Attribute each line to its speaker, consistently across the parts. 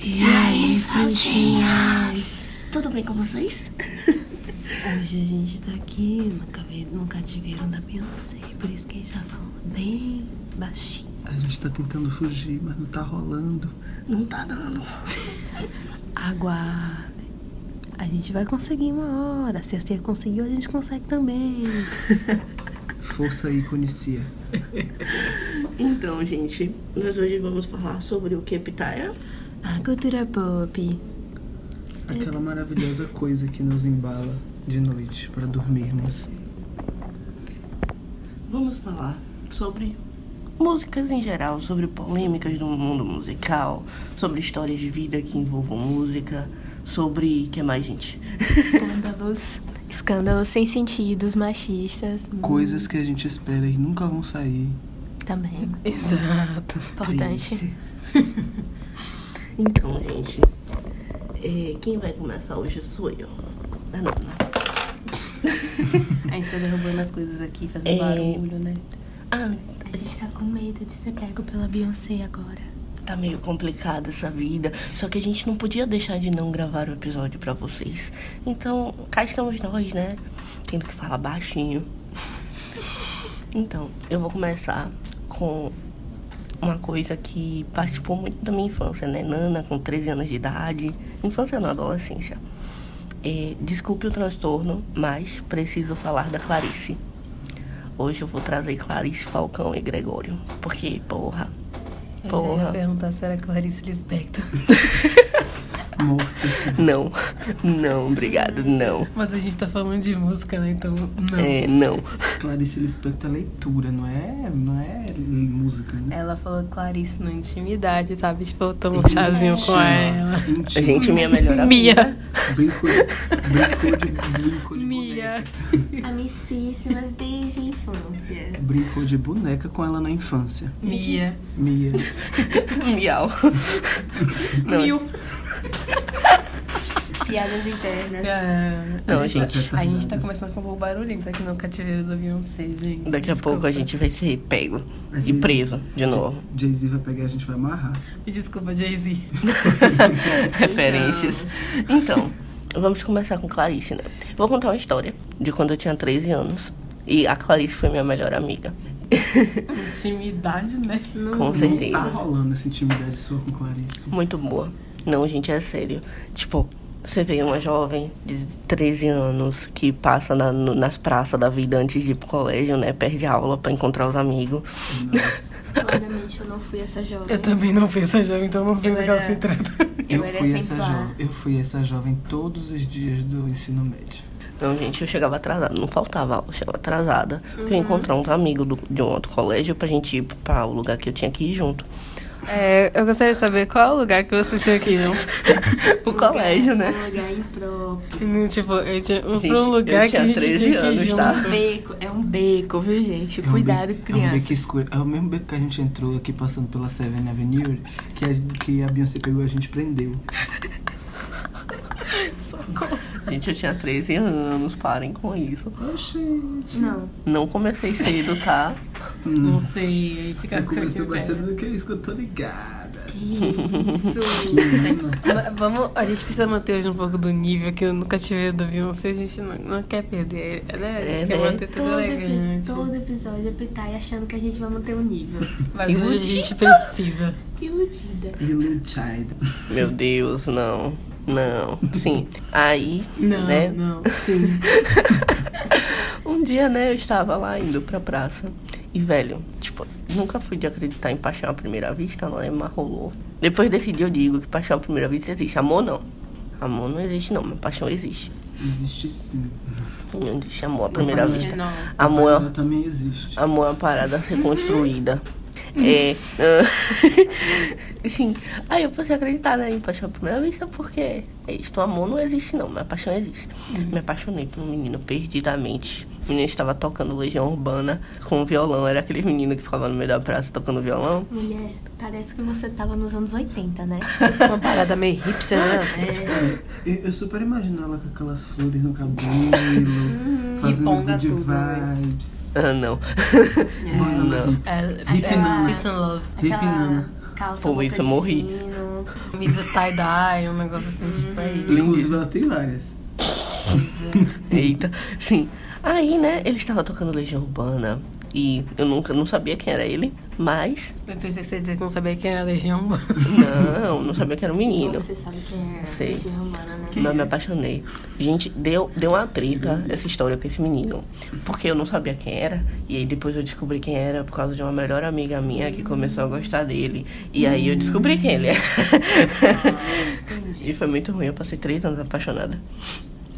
Speaker 1: E aí, infantinhas?
Speaker 2: Tudo bem com vocês?
Speaker 1: Hoje a gente tá aqui no, cabe- no cativeiro da Beyoncé, por isso que a gente tá falando bem baixinho.
Speaker 3: A gente tá tentando fugir, mas não tá rolando.
Speaker 2: Não tá dando.
Speaker 1: Aguardem. A gente vai conseguir uma hora. Se a Cia conseguiu, a gente consegue também.
Speaker 3: Força aí, Conicia.
Speaker 2: Então, gente, nós hoje vamos falar sobre o que, Pitaia?
Speaker 1: A cultura pop.
Speaker 3: Aquela maravilhosa coisa que nos embala de noite pra dormirmos.
Speaker 2: Vamos falar sobre músicas em geral, sobre polêmicas do mundo musical, sobre histórias de vida que envolvam música, sobre... que mais, gente?
Speaker 4: Escândalos. Escândalos sem sentidos, machistas. hum,
Speaker 3: Coisas que a gente espera e nunca vão sair.
Speaker 4: Também.
Speaker 3: É
Speaker 1: Exato.
Speaker 4: Importante.
Speaker 2: Então, gente, é, quem vai começar hoje sou eu, a Nana.
Speaker 1: A gente tá derrubando as coisas aqui, fazendo
Speaker 2: É.
Speaker 1: barulho, né?
Speaker 2: Ah,
Speaker 4: A gente tá com medo de ser pego pela Beyoncé agora.
Speaker 2: Tá meio complicada essa vida, só que a gente não podia deixar de não gravar o episódio pra vocês. Então, cá estamos nós, né? Tendo que falar baixinho. Então, eu vou começar com uma coisa que participou muito da minha infância, né? Nana, com 13 anos de idade. Infância não, adolescência. É, desculpe o transtorno, mas preciso falar da Clarice. Hoje eu vou trazer Clarice, Falcão e Gregório. Porque, porra.
Speaker 1: é, Eu já ia
Speaker 2: Porra.
Speaker 1: perguntar se era Clarice Lispector.
Speaker 3: Morto.
Speaker 2: Não, não, obrigado, não.
Speaker 1: Mas a gente tá falando de música, né? Então, não.
Speaker 2: É, não.
Speaker 3: Clarice Lispector é leitura, não é, não é l- música, né?
Speaker 1: Ela falou Clarice na intimidade, sabe? Tipo, eu tomo um chazinho com ela.
Speaker 2: A gente, minha melhor amiga.
Speaker 1: Mia.
Speaker 3: Brincou, brincou de, brincou de
Speaker 1: Mia.
Speaker 3: boneca.
Speaker 4: Amicíssimas desde a infância.
Speaker 3: Brincou de boneca com ela na infância.
Speaker 1: Mia.
Speaker 3: Mia.
Speaker 2: Miau. Não, é
Speaker 1: Mil.
Speaker 4: Piadas internas.
Speaker 1: Ah,
Speaker 2: Não,
Speaker 1: a gente,
Speaker 3: gente.
Speaker 1: a gente tá começando com um pouco barulhento aqui no cativeiro do Beyoncé, gente.
Speaker 2: Daqui a
Speaker 1: Desculpa.
Speaker 2: pouco a gente vai ser pego
Speaker 3: Às
Speaker 2: e
Speaker 3: vezes-
Speaker 2: preso de novo.
Speaker 3: Jay-Z vai pegar e a gente vai amarrar.
Speaker 1: Me desculpa, Jay-Z.
Speaker 2: Referências. Então, vamos começar com Clarice, né? Vou contar uma história de quando eu tinha 13 anos. E a Clarice foi minha melhor amiga.
Speaker 1: Intimidade, né?
Speaker 2: Com
Speaker 3: Tá
Speaker 2: certeza.
Speaker 3: rolando essa intimidade sua com Clarice.
Speaker 2: Muito boa. Não, gente, é sério. Tipo, você vê uma jovem de 13 anos que passa na- no- nas praças da vida antes de ir pro colégio, né? Perde a aula pra encontrar os amigos.
Speaker 3: Nossa.
Speaker 4: Claramente eu não fui essa jovem.
Speaker 1: Eu também não fiz essa jovem, então não sei
Speaker 4: Eu
Speaker 1: do que ela
Speaker 4: era-
Speaker 1: se trata.
Speaker 3: Eu,
Speaker 4: Eu era
Speaker 3: fui essa
Speaker 4: exemplar.
Speaker 3: jovem, eu fui essa jovem todos os dias do ensino médio.
Speaker 2: Não, Então, gente, eu chegava atrasada, não faltava aula, eu chegava atrasada. Porque eu encontrei uns amigos do- de um outro colégio pra gente ir pra o lugar que eu tinha que ir junto.
Speaker 1: É, eu gostaria de saber qual é o lugar que você tinha aqui, João.
Speaker 2: o colégio, né?
Speaker 4: Um lugar impróprio.
Speaker 1: Tipo, eu tinha eu fui
Speaker 2: Gente,
Speaker 1: pra um lugar
Speaker 2: eu
Speaker 1: que
Speaker 2: tinha
Speaker 1: a gente
Speaker 2: 13
Speaker 1: tinha que ir
Speaker 2: anos,
Speaker 1: junto.
Speaker 2: tá?
Speaker 4: Um beco. É um beco, viu, gente?
Speaker 3: É um
Speaker 4: Cuidado,
Speaker 3: beco- É um beco
Speaker 4: criança.
Speaker 3: escuro. É o mesmo beco que a gente entrou aqui passando pela Seven Avenue, que a, que a Beyoncé pegou e a gente prendeu.
Speaker 2: Gente, eu tinha 13 anos, parem com isso.
Speaker 3: Oxente.
Speaker 4: Não.
Speaker 2: Não comecei cedo, tá?
Speaker 1: Não sei, aí fica né?
Speaker 3: Você começou
Speaker 1: fica-
Speaker 3: mais cedo do que isso, que eu tô ligada.
Speaker 4: Isso.
Speaker 3: Menina,
Speaker 1: Ma- Vamos, a gente precisa manter hoje um pouco do nível que no cativeiro do Beyoncé a gente não, não quer perder, né? A gente
Speaker 2: É,
Speaker 1: quer
Speaker 2: né?
Speaker 1: manter tudo
Speaker 4: Todo, epi-
Speaker 1: elegante.
Speaker 4: todo episódio eu pitai achando que a gente vai manter o nível.
Speaker 1: Mas hoje a gente precisa.
Speaker 4: Iludida.
Speaker 3: iludida.
Speaker 2: Meu Deus, não. Não. Sim. Aí,
Speaker 1: Não,
Speaker 2: né?
Speaker 1: não. Sim.
Speaker 2: Um dia, né, eu estava lá indo pra praça. E, velho, tipo, nunca fui de acreditar em paixão à primeira vista, não é? Mas rolou. Depois desse dia eu digo que paixão à primeira vista existe. Amor não. Amor não existe, não, mas paixão existe.
Speaker 3: Existe sim.
Speaker 2: Não existe amor à primeira
Speaker 3: existe,
Speaker 2: vista.
Speaker 1: não.
Speaker 2: Amor é
Speaker 3: Ela também existe.
Speaker 2: Amor é uma parada a ser construída. É. ah, Sim. Aí eu passei a acreditar né, em paixão à primeira vista, porque é isto. O amor não existe, não. Minha paixão existe. Me apaixonei por um menino perdidamente. O menino estava tocando Legião Urbana com um violão. Era aquele menino que ficava no meio da praça tocando violão.
Speaker 4: Mulher, parece que você tava nos anos 80, né?
Speaker 1: Uma parada meio hipster, né? Assim,
Speaker 3: É, Eu, eu super imagino ela com aquelas flores no cabelo, fazendo
Speaker 1: ponga
Speaker 3: good
Speaker 1: Uhum. tudo, né?
Speaker 3: vibes.
Speaker 2: Ah, não.
Speaker 3: Mano, tipo,
Speaker 2: Não.
Speaker 1: É,
Speaker 3: Hip
Speaker 1: é,
Speaker 3: Nana.
Speaker 1: peace and love.
Speaker 3: Hip Nana.
Speaker 4: Aquela calça,
Speaker 2: Pô,
Speaker 4: boca
Speaker 2: isso eu
Speaker 4: de
Speaker 2: morri.
Speaker 4: sino.
Speaker 1: Camisas tie-dye, um negócio assim, tipo, é isso.
Speaker 3: Inclusive, ela tem várias.
Speaker 2: Eita, sim. Aí, né, ele estava tocando Legião Urbana e eu nunca não sabia quem era ele, mas
Speaker 1: Eu pensei que você ia dizer que não sabia quem era a Legião Urbana.
Speaker 2: não, não sabia que era um menino.
Speaker 4: Você sabe quem é
Speaker 2: Sei.
Speaker 4: Legião Urbana, né?
Speaker 2: Não, Uhum. me apaixonei. Gente, deu, deu uma treta essa história com esse menino. Porque eu não sabia quem era. E aí depois eu descobri quem era por causa de uma melhor amiga minha que começou a gostar dele. E aí eu descobri quem ele era. e foi muito ruim. Eu passei três anos apaixonada.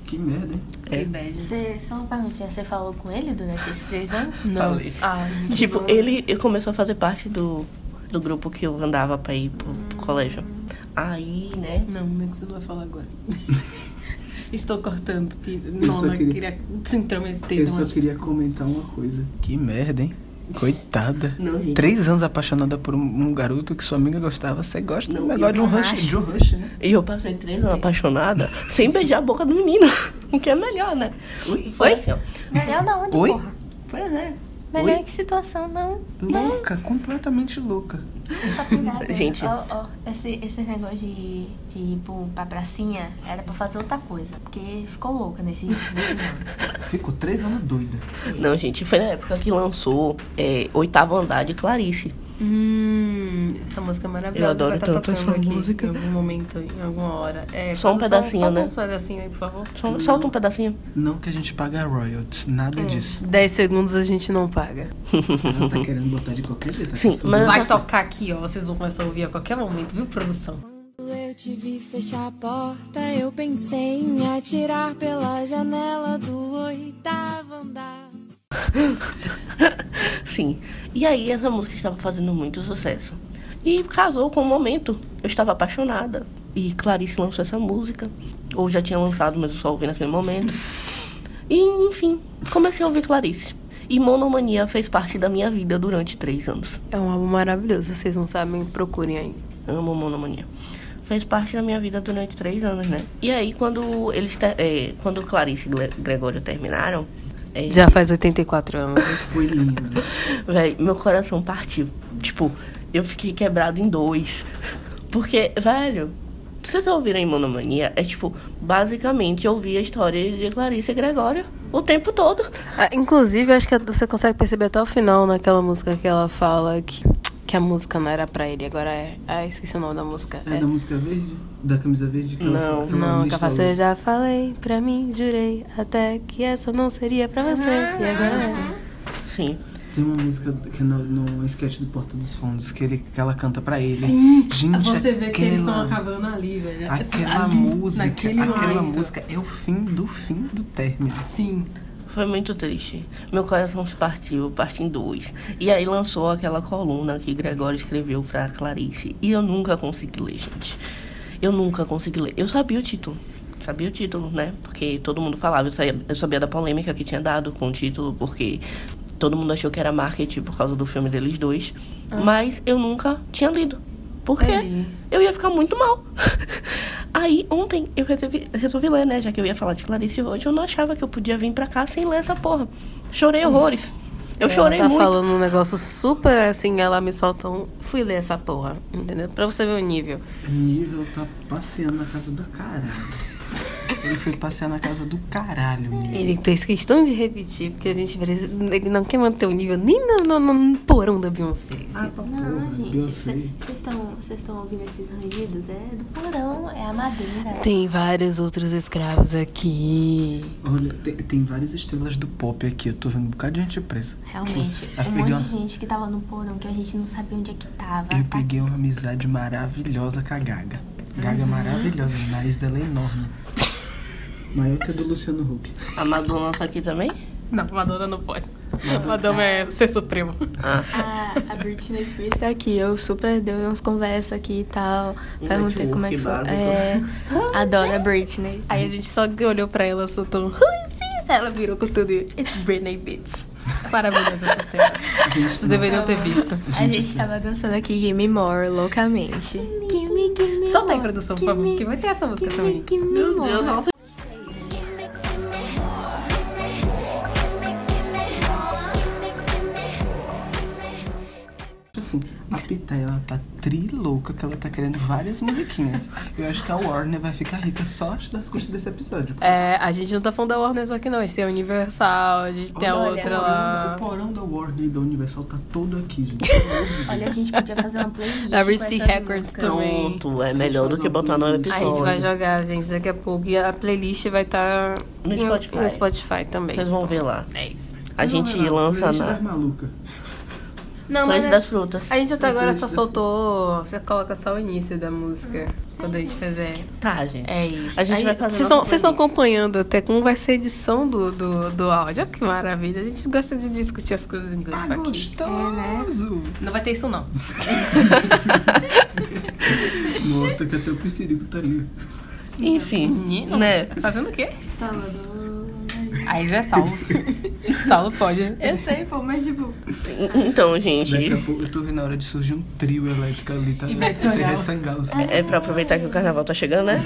Speaker 3: Que merda, hein?
Speaker 2: É.
Speaker 4: Você, só uma perguntinha, você falou com ele durante esses três anos?
Speaker 2: Falei.
Speaker 1: Ah,
Speaker 2: Tipo, ele ele começou a fazer parte do, do grupo que eu andava pra ir pro, pro colégio. Aí, né?
Speaker 1: não, como é que você não vai falar agora? Estou cortando, que
Speaker 3: só
Speaker 1: Nona
Speaker 3: queria-
Speaker 1: queria... se intrometer.
Speaker 3: Eu
Speaker 1: não
Speaker 3: só
Speaker 1: acho.
Speaker 3: queria comentar uma coisa. Que merda, hein? Coitada.
Speaker 2: Não, gente.
Speaker 3: Três anos apaixonada por um, um garoto que sua amiga gostava. Você gosta do
Speaker 2: Não,
Speaker 3: negócio de um
Speaker 2: eu
Speaker 3: rush.
Speaker 2: acho.
Speaker 3: De um rush, né?
Speaker 2: E eu passei três anos apaixonada sem beijar a boca do menino. O que é melhor, né? Foi assim, ó.
Speaker 4: Melhor é da onde,
Speaker 3: Oi?
Speaker 4: porra?
Speaker 2: Pois é.
Speaker 4: Melhor em que situação, não?
Speaker 3: Louca, completamente louca.
Speaker 4: Tá pegada.
Speaker 2: Gente.
Speaker 4: Ó, ó, esse, esse negócio de, de ir pro- pra pracinha era pra fazer outra coisa. Porque ficou louca nesse, nesse ano.
Speaker 3: Ficou três anos doida.
Speaker 2: Não, gente, foi na época que lançou é, Oitavo Andar de Clarice.
Speaker 1: Hum, essa música é maravilhosa.
Speaker 2: Eu adoro
Speaker 1: vai tá
Speaker 2: tanto
Speaker 1: tocando
Speaker 2: essa
Speaker 1: aqui
Speaker 2: música.
Speaker 1: Em algum momento, em alguma hora. É,
Speaker 2: Só um
Speaker 1: fala-
Speaker 2: pedacinho,
Speaker 1: só,
Speaker 2: né?
Speaker 1: Só um pedacinho aí, por favor.
Speaker 2: Só, solta um pedacinho.
Speaker 3: Não que a gente paga royalties, nada
Speaker 1: É.
Speaker 3: disso.
Speaker 1: 10 segundos a gente não paga.
Speaker 3: Ela tá querendo botar de qualquer jeito.
Speaker 2: Sim,
Speaker 3: Tá
Speaker 2: mas-
Speaker 1: Vai tocar aqui, ó. Vocês vão começar a ouvir a qualquer momento, viu, produção?
Speaker 5: Quando eu te vi fechar a porta, eu pensei em atirar pela janela do oitavo andar.
Speaker 2: Sim. E aí essa música estava fazendo muito sucesso. E casou com o momento. Eu estava apaixonada. E Clarice lançou essa música. Ou já tinha lançado, mas eu só ouvi naquele momento. E, enfim, comecei a ouvir Clarice. E Monomania fez parte da minha vida durante três anos.
Speaker 1: É um álbum maravilhoso. Vocês não sabem, procurem aí.
Speaker 2: Amo monomania. Fez parte da minha vida durante três anos, né? E aí, quando eles ter- eh, quando Clarice e Gle- Gregório terminaram, eh,
Speaker 1: Já faz 84 anos.
Speaker 3: Isso foi lindo.
Speaker 2: véi, meu coração partiu. Tipo, eu fiquei quebrado em dois. Porque, velho, vocês ouviram em Monomania? É tipo, basicamente eu vi a história de Clarice e Gregório o tempo todo.
Speaker 1: Ah, inclusive, acho que você consegue perceber até o final naquela música que ela fala que, que a música não era pra ele, agora é. Ah, esqueci o nome da música.
Speaker 3: É,
Speaker 1: É.
Speaker 3: da música verde? Da camisa verde? que ela
Speaker 2: Não,
Speaker 3: fala que ela
Speaker 1: Não, que
Speaker 3: me
Speaker 1: ela fala assim,
Speaker 3: instalou.
Speaker 1: eu já falei, pra mim, jurei, até que essa não seria pra você. E agora é.
Speaker 2: Sim.
Speaker 3: Tem uma música que é no, no sketch do Porta dos Fundos que, ele, que ela canta pra ele. Gente, aquela-
Speaker 1: acabando ali, velho.
Speaker 3: Aquela música, aquela música é o fim do fim do término.
Speaker 1: Sim.
Speaker 2: Foi muito triste. Meu coração se partiu, parte em dois. E aí lançou aquela coluna que Gregório escreveu pra Clarice. E eu nunca consegui ler, gente. Eu nunca consegui ler. Eu sabia o título. Sabia o título, né? Porque todo mundo falava. Eu saía- eu sabia da polêmica que tinha dado com o título, porque todo mundo achou que era marketing por causa do filme deles dois. Mas eu nunca tinha lido. Porque
Speaker 1: Entendi.
Speaker 2: eu ia ficar muito mal. Aí, ontem, eu resolvi, resolvi ler, né? Já que eu ia falar de Clarice hoje, eu não achava que eu podia vir pra cá sem ler essa porra. Chorei horrores. Eu chorei
Speaker 1: ela tá
Speaker 2: muito.
Speaker 1: falando um negócio super assim, ela me solta um. Fui ler essa porra, entendeu? Pra você ver o nível.
Speaker 3: O Nível tá passeando na casa do caralho. Ele foi passear na casa do caralho, Nível.
Speaker 1: Ele fez questão de repetir, porque a gente precisa- ele não quer manter o nível nem no, no, no- no porão da Beyoncé.
Speaker 3: Ah, pra
Speaker 4: Não,
Speaker 3: porra,
Speaker 4: gente. é-
Speaker 3: Beyoncé.
Speaker 4: Vocês estão ouvindo esses rangidos? É do porão, é a madeira.
Speaker 1: Tem vários outros escravos aqui.
Speaker 3: Olha, tem, tem várias estrelas do pop aqui. Eu tô vendo um bocado de gente presa.
Speaker 4: Realmente,
Speaker 3: Acho
Speaker 4: um
Speaker 3: que peguei
Speaker 4: monte
Speaker 3: uma-
Speaker 4: de gente que tava no porão que a gente não sabia onde é que tava.
Speaker 3: Eu
Speaker 4: Tá-
Speaker 3: peguei uma amizade maravilhosa com a Gaga. Gaga é maravilhosa, o nariz dela é enorme. Maior que a do Luciano Huck.
Speaker 2: A Madonna tá aqui também?
Speaker 1: Não, Madonna não pode. Madonna é ser supremo.
Speaker 4: A, a Britney Spears tá aqui, eu super dei umas conversas aqui e tal.
Speaker 2: Um
Speaker 4: Perguntei como é que foi.
Speaker 2: network
Speaker 4: É, adoro a Britney.
Speaker 1: Aí a gente só olhou pra ela, soltou um "Who is this?" Ela virou com tudo e, It's Britney Bitch. Maravilhosa essa cena.
Speaker 3: Gente,
Speaker 1: Vocês deveriam ter visto.
Speaker 4: A gente tava dançando aqui Gimme More loucamente. Gimme, gimme.
Speaker 1: Solta aí,
Speaker 4: more.
Speaker 1: produção, por favor, que vai ter essa música
Speaker 4: Gimme,
Speaker 1: também.
Speaker 4: gimme
Speaker 2: Meu
Speaker 4: more.
Speaker 2: Deus, ela tá...
Speaker 3: Assim, a Pitaya, ela tá trilouca que ela tá querendo várias musiquinhas. Eu acho que a Warner vai ficar rica só das custas desse episódio.
Speaker 1: É, a gente não tá falando da Warner só aqui não. A gente tem a Universal, a gente tem a
Speaker 4: Olha,
Speaker 1: outra
Speaker 3: O
Speaker 1: lá.
Speaker 3: porão da Warner e da Universal tá todo aqui, gente.
Speaker 4: Olha, a gente podia fazer uma playlist.
Speaker 1: Da
Speaker 4: com
Speaker 1: RC
Speaker 4: essas
Speaker 1: Records
Speaker 4: músicas.
Speaker 1: também.
Speaker 2: Pronto, é melhor do que botar no
Speaker 1: A gente
Speaker 2: episódio.
Speaker 1: vai jogar, gente, daqui a pouco. E a playlist vai estar
Speaker 2: No Spotify.
Speaker 1: no Spotify também.
Speaker 2: Vocês vão ver lá.
Speaker 1: É isso.
Speaker 2: A
Speaker 3: Não,
Speaker 2: gente
Speaker 3: não, não,
Speaker 2: lança
Speaker 3: Playlist das
Speaker 2: na
Speaker 3: maluca.
Speaker 1: Não, mas é-
Speaker 2: Plante das Frutas.
Speaker 1: a gente até agora
Speaker 3: Playlist
Speaker 1: só
Speaker 3: das-
Speaker 1: soltou. Você coloca só o início da música
Speaker 2: Hum.
Speaker 1: quando a gente fizer.
Speaker 2: Tá, gente.
Speaker 1: É isso.
Speaker 2: A gente vai fazer
Speaker 1: Vocês
Speaker 2: nossa
Speaker 1: estão- vocês estão
Speaker 2: playlist.
Speaker 1: acompanhando até como vai ser a edição do, do, do áudio. Olha que maravilha. A gente gosta de discutir as coisas em inglês
Speaker 3: Tá
Speaker 1: aqui.
Speaker 3: gostoso!
Speaker 1: Não vai ter isso, não.
Speaker 2: É, né?
Speaker 3: Nota que até o Piscirico tá ali.
Speaker 2: Enfim,
Speaker 1: Menino,
Speaker 2: né?
Speaker 1: tá fazendo o quê?
Speaker 6: Salvador.
Speaker 1: Aí já é Saulo. Saulo pode.
Speaker 6: Eu sei, pô, mas tipo.
Speaker 2: Então, gente,
Speaker 3: Daqui a pouco eu tô vendo a hora de surgir um trio elétrico ali, tá?
Speaker 1: Ivete Sangalo.
Speaker 3: Teve Sangalo.
Speaker 2: é pra aproveitar que o carnaval tá chegando, né?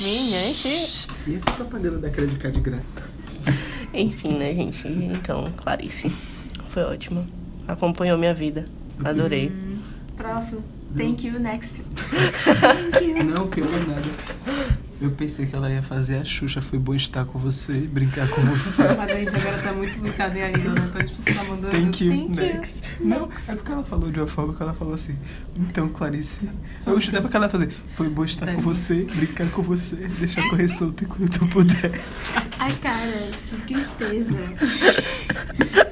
Speaker 1: Minha, gente.
Speaker 3: E essa propaganda da Credit Card grátis?
Speaker 2: Enfim, né, gente? Então, Clarice, foi ótima. Acompanhou minha vida. Adorei.
Speaker 4: Próximo. Thank you, next.
Speaker 3: Não, pior é nada. Eu pensei que ela ia fazer a Xuxa, foi bom estar com você, brincar com você.
Speaker 1: Mas a gente agora tá muito focado em ainda, né? Então, tipo, você tá mandando.
Speaker 3: Thank you, next. Não, é porque ela falou de uma forma que ela falou assim. Então, Clarice, eu jurava que ela ia fazer. Foi bom estar com você, brincar com você, deixar correr solto enquanto eu puder.
Speaker 4: Ai, cara, de tristeza.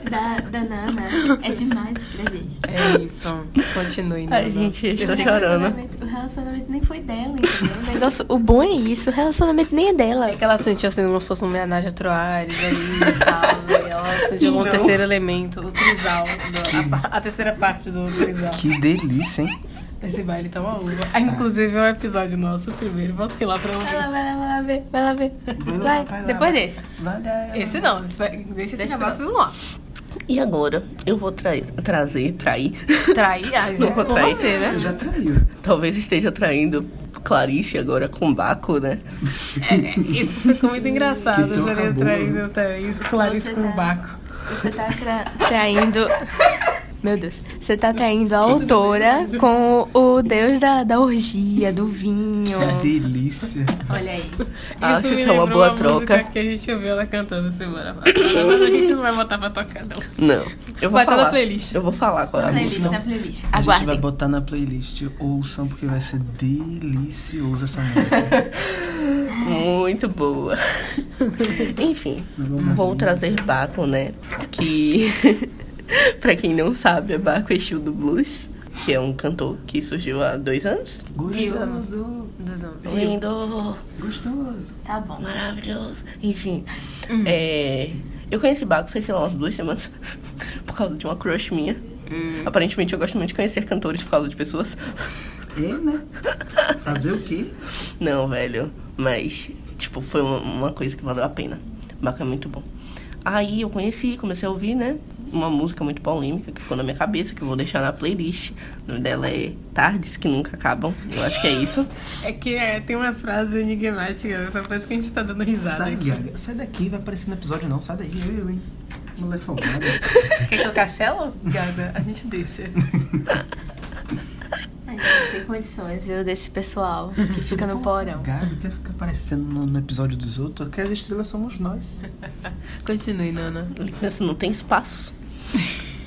Speaker 4: da, da Nana é demais pra gente.
Speaker 1: É isso. Continue, né?
Speaker 2: Ai, gente, eu tô
Speaker 4: O
Speaker 2: chorando.
Speaker 4: relacionamento- O relacionamento nem foi dela, entendeu? O, negócio- o bom é isso, o relacionamento nem é dela.
Speaker 1: É que ela sentiu assim, como se fosse uma homenagem a Troares ali e tal. né? Ela sentiu como um
Speaker 2: Não.
Speaker 1: terceiro elemento, o trisal. do- a, pa- a terceira parte do trisal.
Speaker 3: Que delícia, hein?
Speaker 1: Esse baile tá uma uva. Ah, inclusive é um episódio nosso, o primeiro. Voltei lá pra
Speaker 4: Vai lá,
Speaker 1: ouvir.
Speaker 4: vai lá, vai lá ver, vai lá ver.
Speaker 3: Vai lá,
Speaker 4: Vai,
Speaker 3: vai lá,
Speaker 4: depois
Speaker 3: vai.
Speaker 4: desse.
Speaker 3: Vai dar.
Speaker 1: Esse não, esse vai- deixa esse
Speaker 4: Deixa
Speaker 1: acabar,
Speaker 4: pra-
Speaker 1: vocês vão lá.
Speaker 2: E agora, eu vou trair, trazer, trair.
Speaker 1: Trair, ai,
Speaker 2: Não vou
Speaker 1: com
Speaker 2: trair.
Speaker 4: assim,
Speaker 1: você, né?
Speaker 3: Você já traiu.
Speaker 2: Talvez esteja traindo Clarice agora com Baco, né?
Speaker 1: Isso ficou muito engraçado,
Speaker 3: Que toca
Speaker 1: seria
Speaker 3: boa.
Speaker 1: traído também. Isso, Clarice
Speaker 4: Você
Speaker 1: com o
Speaker 4: tá-
Speaker 1: Baco.
Speaker 4: Você tá tra- traindo. Meu Deus. Você tá traindo a autora com o deus da, da orgia, do vinho.
Speaker 3: Que delícia.
Speaker 4: Olha aí.
Speaker 2: Acho
Speaker 1: Isso me
Speaker 2: que é uma
Speaker 1: lembrou
Speaker 2: boa
Speaker 1: música
Speaker 2: troca.
Speaker 1: que a gente ouviu ela cantando semana passada, mas a gente não vai botar pra tocar, não.
Speaker 2: Não. Eu vou
Speaker 1: Vai tá na
Speaker 2: falar.
Speaker 1: playlist.
Speaker 2: Eu vou falar qual é a música.
Speaker 4: Playlist na playlist.
Speaker 3: Tá A gente vai
Speaker 4: Aguardem.
Speaker 3: botar na playlist. Ouçam, porque vai ser delicioso essa música.
Speaker 2: Muito boa. Enfim, vou trazer Baco, né? Que, pra quem não sabe, é Baco Exu do Blues, que é um cantor que surgiu há dois anos.
Speaker 3: Gostoso.
Speaker 2: Lindo,
Speaker 3: Gostoso.
Speaker 4: Tá bom.
Speaker 2: maravilhoso. Enfim, é, eu conheci Baco, sei lá, umas duas semanas, por causa de uma crush minha. Aparentemente, eu gosto muito de conhecer cantores por causa de pessoas.
Speaker 3: É, né? Fazer o quê?
Speaker 2: Não, velho. Mas, tipo, foi uma, uma coisa que valeu a pena. Baco é muito bom. Aí eu conheci, comecei a ouvir, né? Uma música muito polêmica que ficou na minha cabeça, que eu vou deixar na playlist. O nome dela é Tardes que Nunca Acabam. Eu acho que é isso.
Speaker 1: É que é, tem umas frases enigmáticas, só parece que a gente tá dando risada
Speaker 3: Sai,
Speaker 1: aqui.
Speaker 3: Gaga. Sai daqui, vai aparecer no episódio não. Sai daí, eu, eu, hein? Mulher folgada.
Speaker 1: Quer que eu castelo? Gaga, a gente deixa.
Speaker 4: Ai, gente, sem condições, viu, desse pessoal que fica no porão.
Speaker 3: Folgado, quer ficar aparecendo no, no episódio dos outros? Que as estrelas somos nós.
Speaker 1: Continue, Nana.
Speaker 2: Assim, não tem espaço.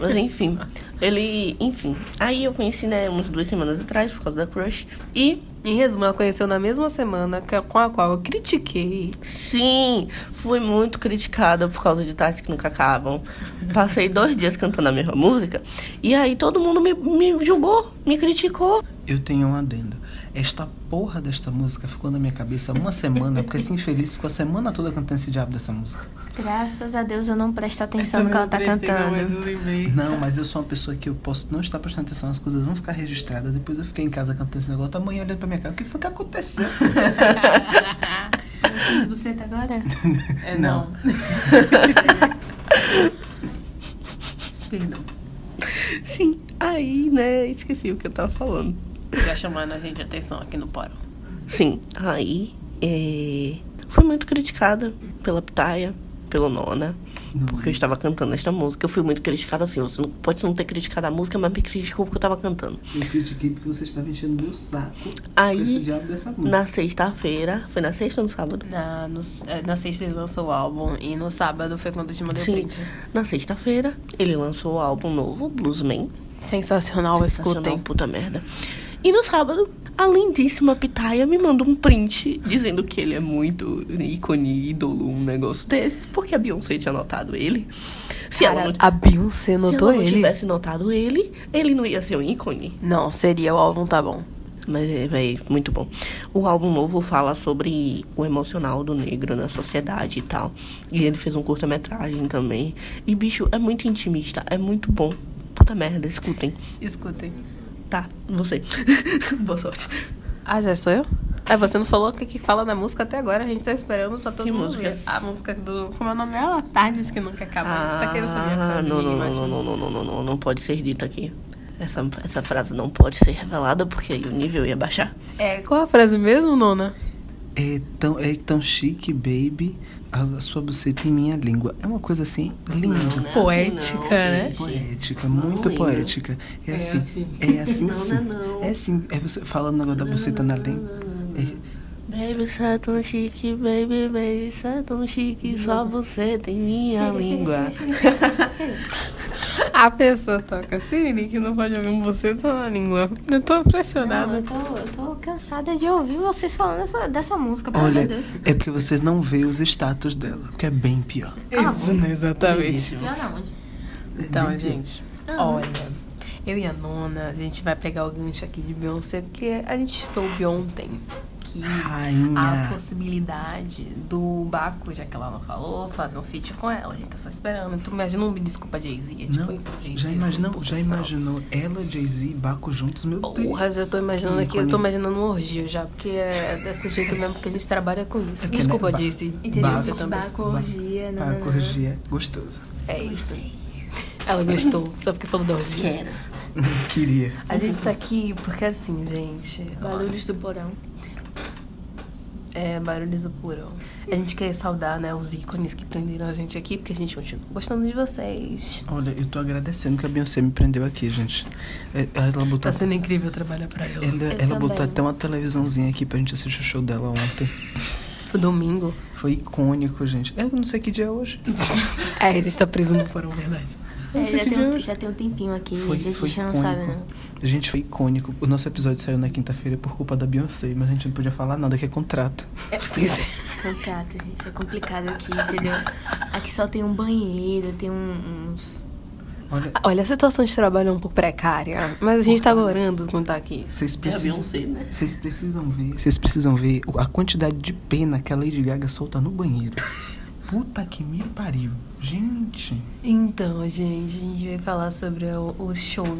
Speaker 2: Mas enfim, ele. Enfim. Aí eu conheci, né, umas duas semanas atrás, por causa da crush. E
Speaker 1: Em resumo, ela conheceu na mesma semana que- com a qual eu critiquei.
Speaker 2: Sim, fui muito criticada por causa de tais que nunca acabam. Passei dois dias cantando a mesma música e aí todo mundo me, me julgou, me criticou.
Speaker 3: Eu tenho um adendo. Esta porra desta música ficou na minha cabeça uma semana, porque esse infeliz ficou a semana toda cantando esse diabo dessa música.
Speaker 4: Graças a Deus eu não
Speaker 1: É
Speaker 4: presto atenção no que ela tá
Speaker 1: Mas
Speaker 4: cantando.
Speaker 1: eu lembrei.
Speaker 3: Não, mas eu sou uma pessoa que eu posso não estar prestando atenção, as coisas vão ficar registradas. Depois eu fiquei em casa cantando esse negócio, amanhã olhando pra minha cara, o que foi que aconteceu?
Speaker 4: Você tá agora?
Speaker 1: É, não. Perdão.
Speaker 2: Sim, aí, né, esqueci o que eu tava falando.
Speaker 1: Já chamando a gente a atenção aqui no Poro.
Speaker 2: Sim, aí é... fui muito criticada pela Pitaia, pelo Nona, Porque
Speaker 1: Uhum.
Speaker 2: eu estava cantando esta música. Eu fui muito criticada assim. Você não pode não ter criticado a música, mas me criticou porque eu estava cantando.
Speaker 3: Eu critiquei porque você estava enchendo meu saco com esse
Speaker 2: Aí,
Speaker 3: diabo dessa
Speaker 1: Uhum.
Speaker 3: música.
Speaker 2: na sexta-feira. Foi na sexta ou no sábado?
Speaker 1: Na, no- é, na sexta ele lançou o álbum e no sábado foi quando eu te mandei o
Speaker 2: Sim.
Speaker 1: print.
Speaker 2: Na sexta-feira, ele lançou o álbum novo, Bluesman.
Speaker 1: Sensacional,
Speaker 2: Sensacional,
Speaker 1: escutem.
Speaker 2: puta merda. E no sábado, a lindíssima Pitaia me manda um print dizendo que ele é muito ícone, ídolo, um negócio desse, porque a Beyoncé tinha notado ele. Se ela
Speaker 1: Cara, um
Speaker 2: não,
Speaker 1: a Beyoncé
Speaker 2: se
Speaker 1: notou
Speaker 2: ela não
Speaker 1: ele.
Speaker 2: tivesse notado ele, ele não ia ser um ícone.
Speaker 1: Não, seria o álbum tá bom.
Speaker 2: Mas é, véi, muito bom. O álbum novo fala sobre o emocional do negro na sociedade e tal. E ele fez um curta-metragem também. E, bicho, é muito intimista, é muito bom. Puta merda, escutem.
Speaker 1: Escutem.
Speaker 2: Tá, você. Boa sorte.
Speaker 1: Ah, já sou eu? Ah, você não falou o que, que fala na música até agora, a gente tá esperando pra todo
Speaker 2: Que
Speaker 1: mundo
Speaker 2: música?
Speaker 1: ver. A música do. Como é o nome? Ela Tardes que nunca acaba. a gente tá querendo saber a
Speaker 2: Ah,
Speaker 1: frase
Speaker 2: não, não,
Speaker 1: mínima.
Speaker 2: não, não, não, não, não, não, não pode ser dita aqui. Essa, essa frase não pode ser revelada porque aí o nível ia baixar.
Speaker 1: É, qual a frase mesmo, Nona?
Speaker 3: É tão, é tão chique, baby. A sua buceta em minha língua. É uma coisa assim linda.
Speaker 1: Poética, né?
Speaker 3: Poética, muito
Speaker 2: linda.
Speaker 3: poética. É, assim, É assim sim. É assim. É você falando o negócio da buceta na língua. É-
Speaker 2: Baby, você é tão chique, baby, baby, você é tão chique, só você tem minha língua.
Speaker 1: A pessoa toca Sirene que não pode ouvir um buceta na língua. Eu tô impressionada.
Speaker 4: Não, eu, tô, eu tô cansada de ouvir vocês falando dessa, dessa música, pelo amor
Speaker 3: Olha,
Speaker 4: de Deus.
Speaker 3: é porque vocês não vê os status dela, que é bem pior.
Speaker 1: Isso, né, exatamente.
Speaker 4: Pior da onde?
Speaker 1: Então, gente,
Speaker 3: Ah.
Speaker 1: olha. Eu e a Nona, a gente vai pegar o gancho aqui de Beyoncé, porque a gente soube ontem que
Speaker 3: Rainha.
Speaker 1: a possibilidade do Baco, já que ela não falou, fazer um feat com ela. A gente tá só esperando. Então, imagina um desculpa Jay-Z. É tipo,
Speaker 3: Não,
Speaker 1: então, Jay-Z,
Speaker 3: já,
Speaker 1: assim,
Speaker 3: imaginou, já
Speaker 1: possessão.
Speaker 3: imaginou ela, Jay-Z e Baco juntos? Meu
Speaker 1: Porra,
Speaker 3: Deus.
Speaker 1: já tô imaginando aqui, eu tô
Speaker 3: Ícone.
Speaker 1: imaginando um orgio já, porque é desse jeito mesmo que a gente trabalha com isso.
Speaker 3: É que,
Speaker 1: Desculpa,
Speaker 3: né, ba-
Speaker 1: Jay-Z.
Speaker 3: Entendeu?
Speaker 1: Você
Speaker 3: Ba-
Speaker 1: também.
Speaker 4: Baco, orgia,
Speaker 3: Baco,
Speaker 4: nananã.
Speaker 3: orgia, gostosa.
Speaker 1: É isso. Ela gostou, só porque falou da orgia.
Speaker 2: Quero.
Speaker 3: Queria.
Speaker 1: A gente tá aqui porque assim, gente.
Speaker 4: Barulhos do porão.
Speaker 1: É, barulhos do porão. A gente quer saudar, né, os ícones que prenderam a gente aqui, porque a gente continua gostando de vocês.
Speaker 3: Olha, eu tô agradecendo que a Beyoncé me prendeu aqui, gente. É, Ela botou,
Speaker 1: Tá sendo incrível trabalhar pra ela.
Speaker 3: ela,
Speaker 4: Eu
Speaker 3: ela botou
Speaker 4: também.
Speaker 3: até uma televisãozinha aqui pra gente assistir o show dela ontem.
Speaker 1: Foi domingo.
Speaker 3: Foi icônico, gente. Eu não sei que dia é hoje.
Speaker 1: É, a gente tá preso no porão, verdade.
Speaker 4: É,
Speaker 3: sei
Speaker 4: já,
Speaker 3: que
Speaker 4: tem,
Speaker 3: dia
Speaker 4: um-
Speaker 3: é.
Speaker 4: já tem um tempinho aqui,
Speaker 3: Foi,
Speaker 4: a gente
Speaker 3: foi
Speaker 4: já
Speaker 3: icônico.
Speaker 4: não sabe, né? não.
Speaker 3: Gente, foi icônico. O nosso episódio saiu na quinta-feira por culpa da Beyoncé, mas a gente não podia falar nada, que é contrato.
Speaker 1: É, pois é.
Speaker 4: Contrato, gente. É complicado aqui, entendeu? Aqui só tem um banheiro, tem um- uns.
Speaker 3: Olha,
Speaker 4: Ah,
Speaker 1: Olha, a situação de trabalho é um pouco precária, mas a gente tá adorando quando tá aqui.
Speaker 3: vocês
Speaker 2: É a
Speaker 3: precisam...
Speaker 2: Beyoncé, né?
Speaker 3: Vocês precisam ver, vocês precisam ver o- a quantidade de pena que a Lady Gaga solta no banheiro. Puta que me pariu. Gente.
Speaker 1: Então, gente, a gente vai falar sobre o, o show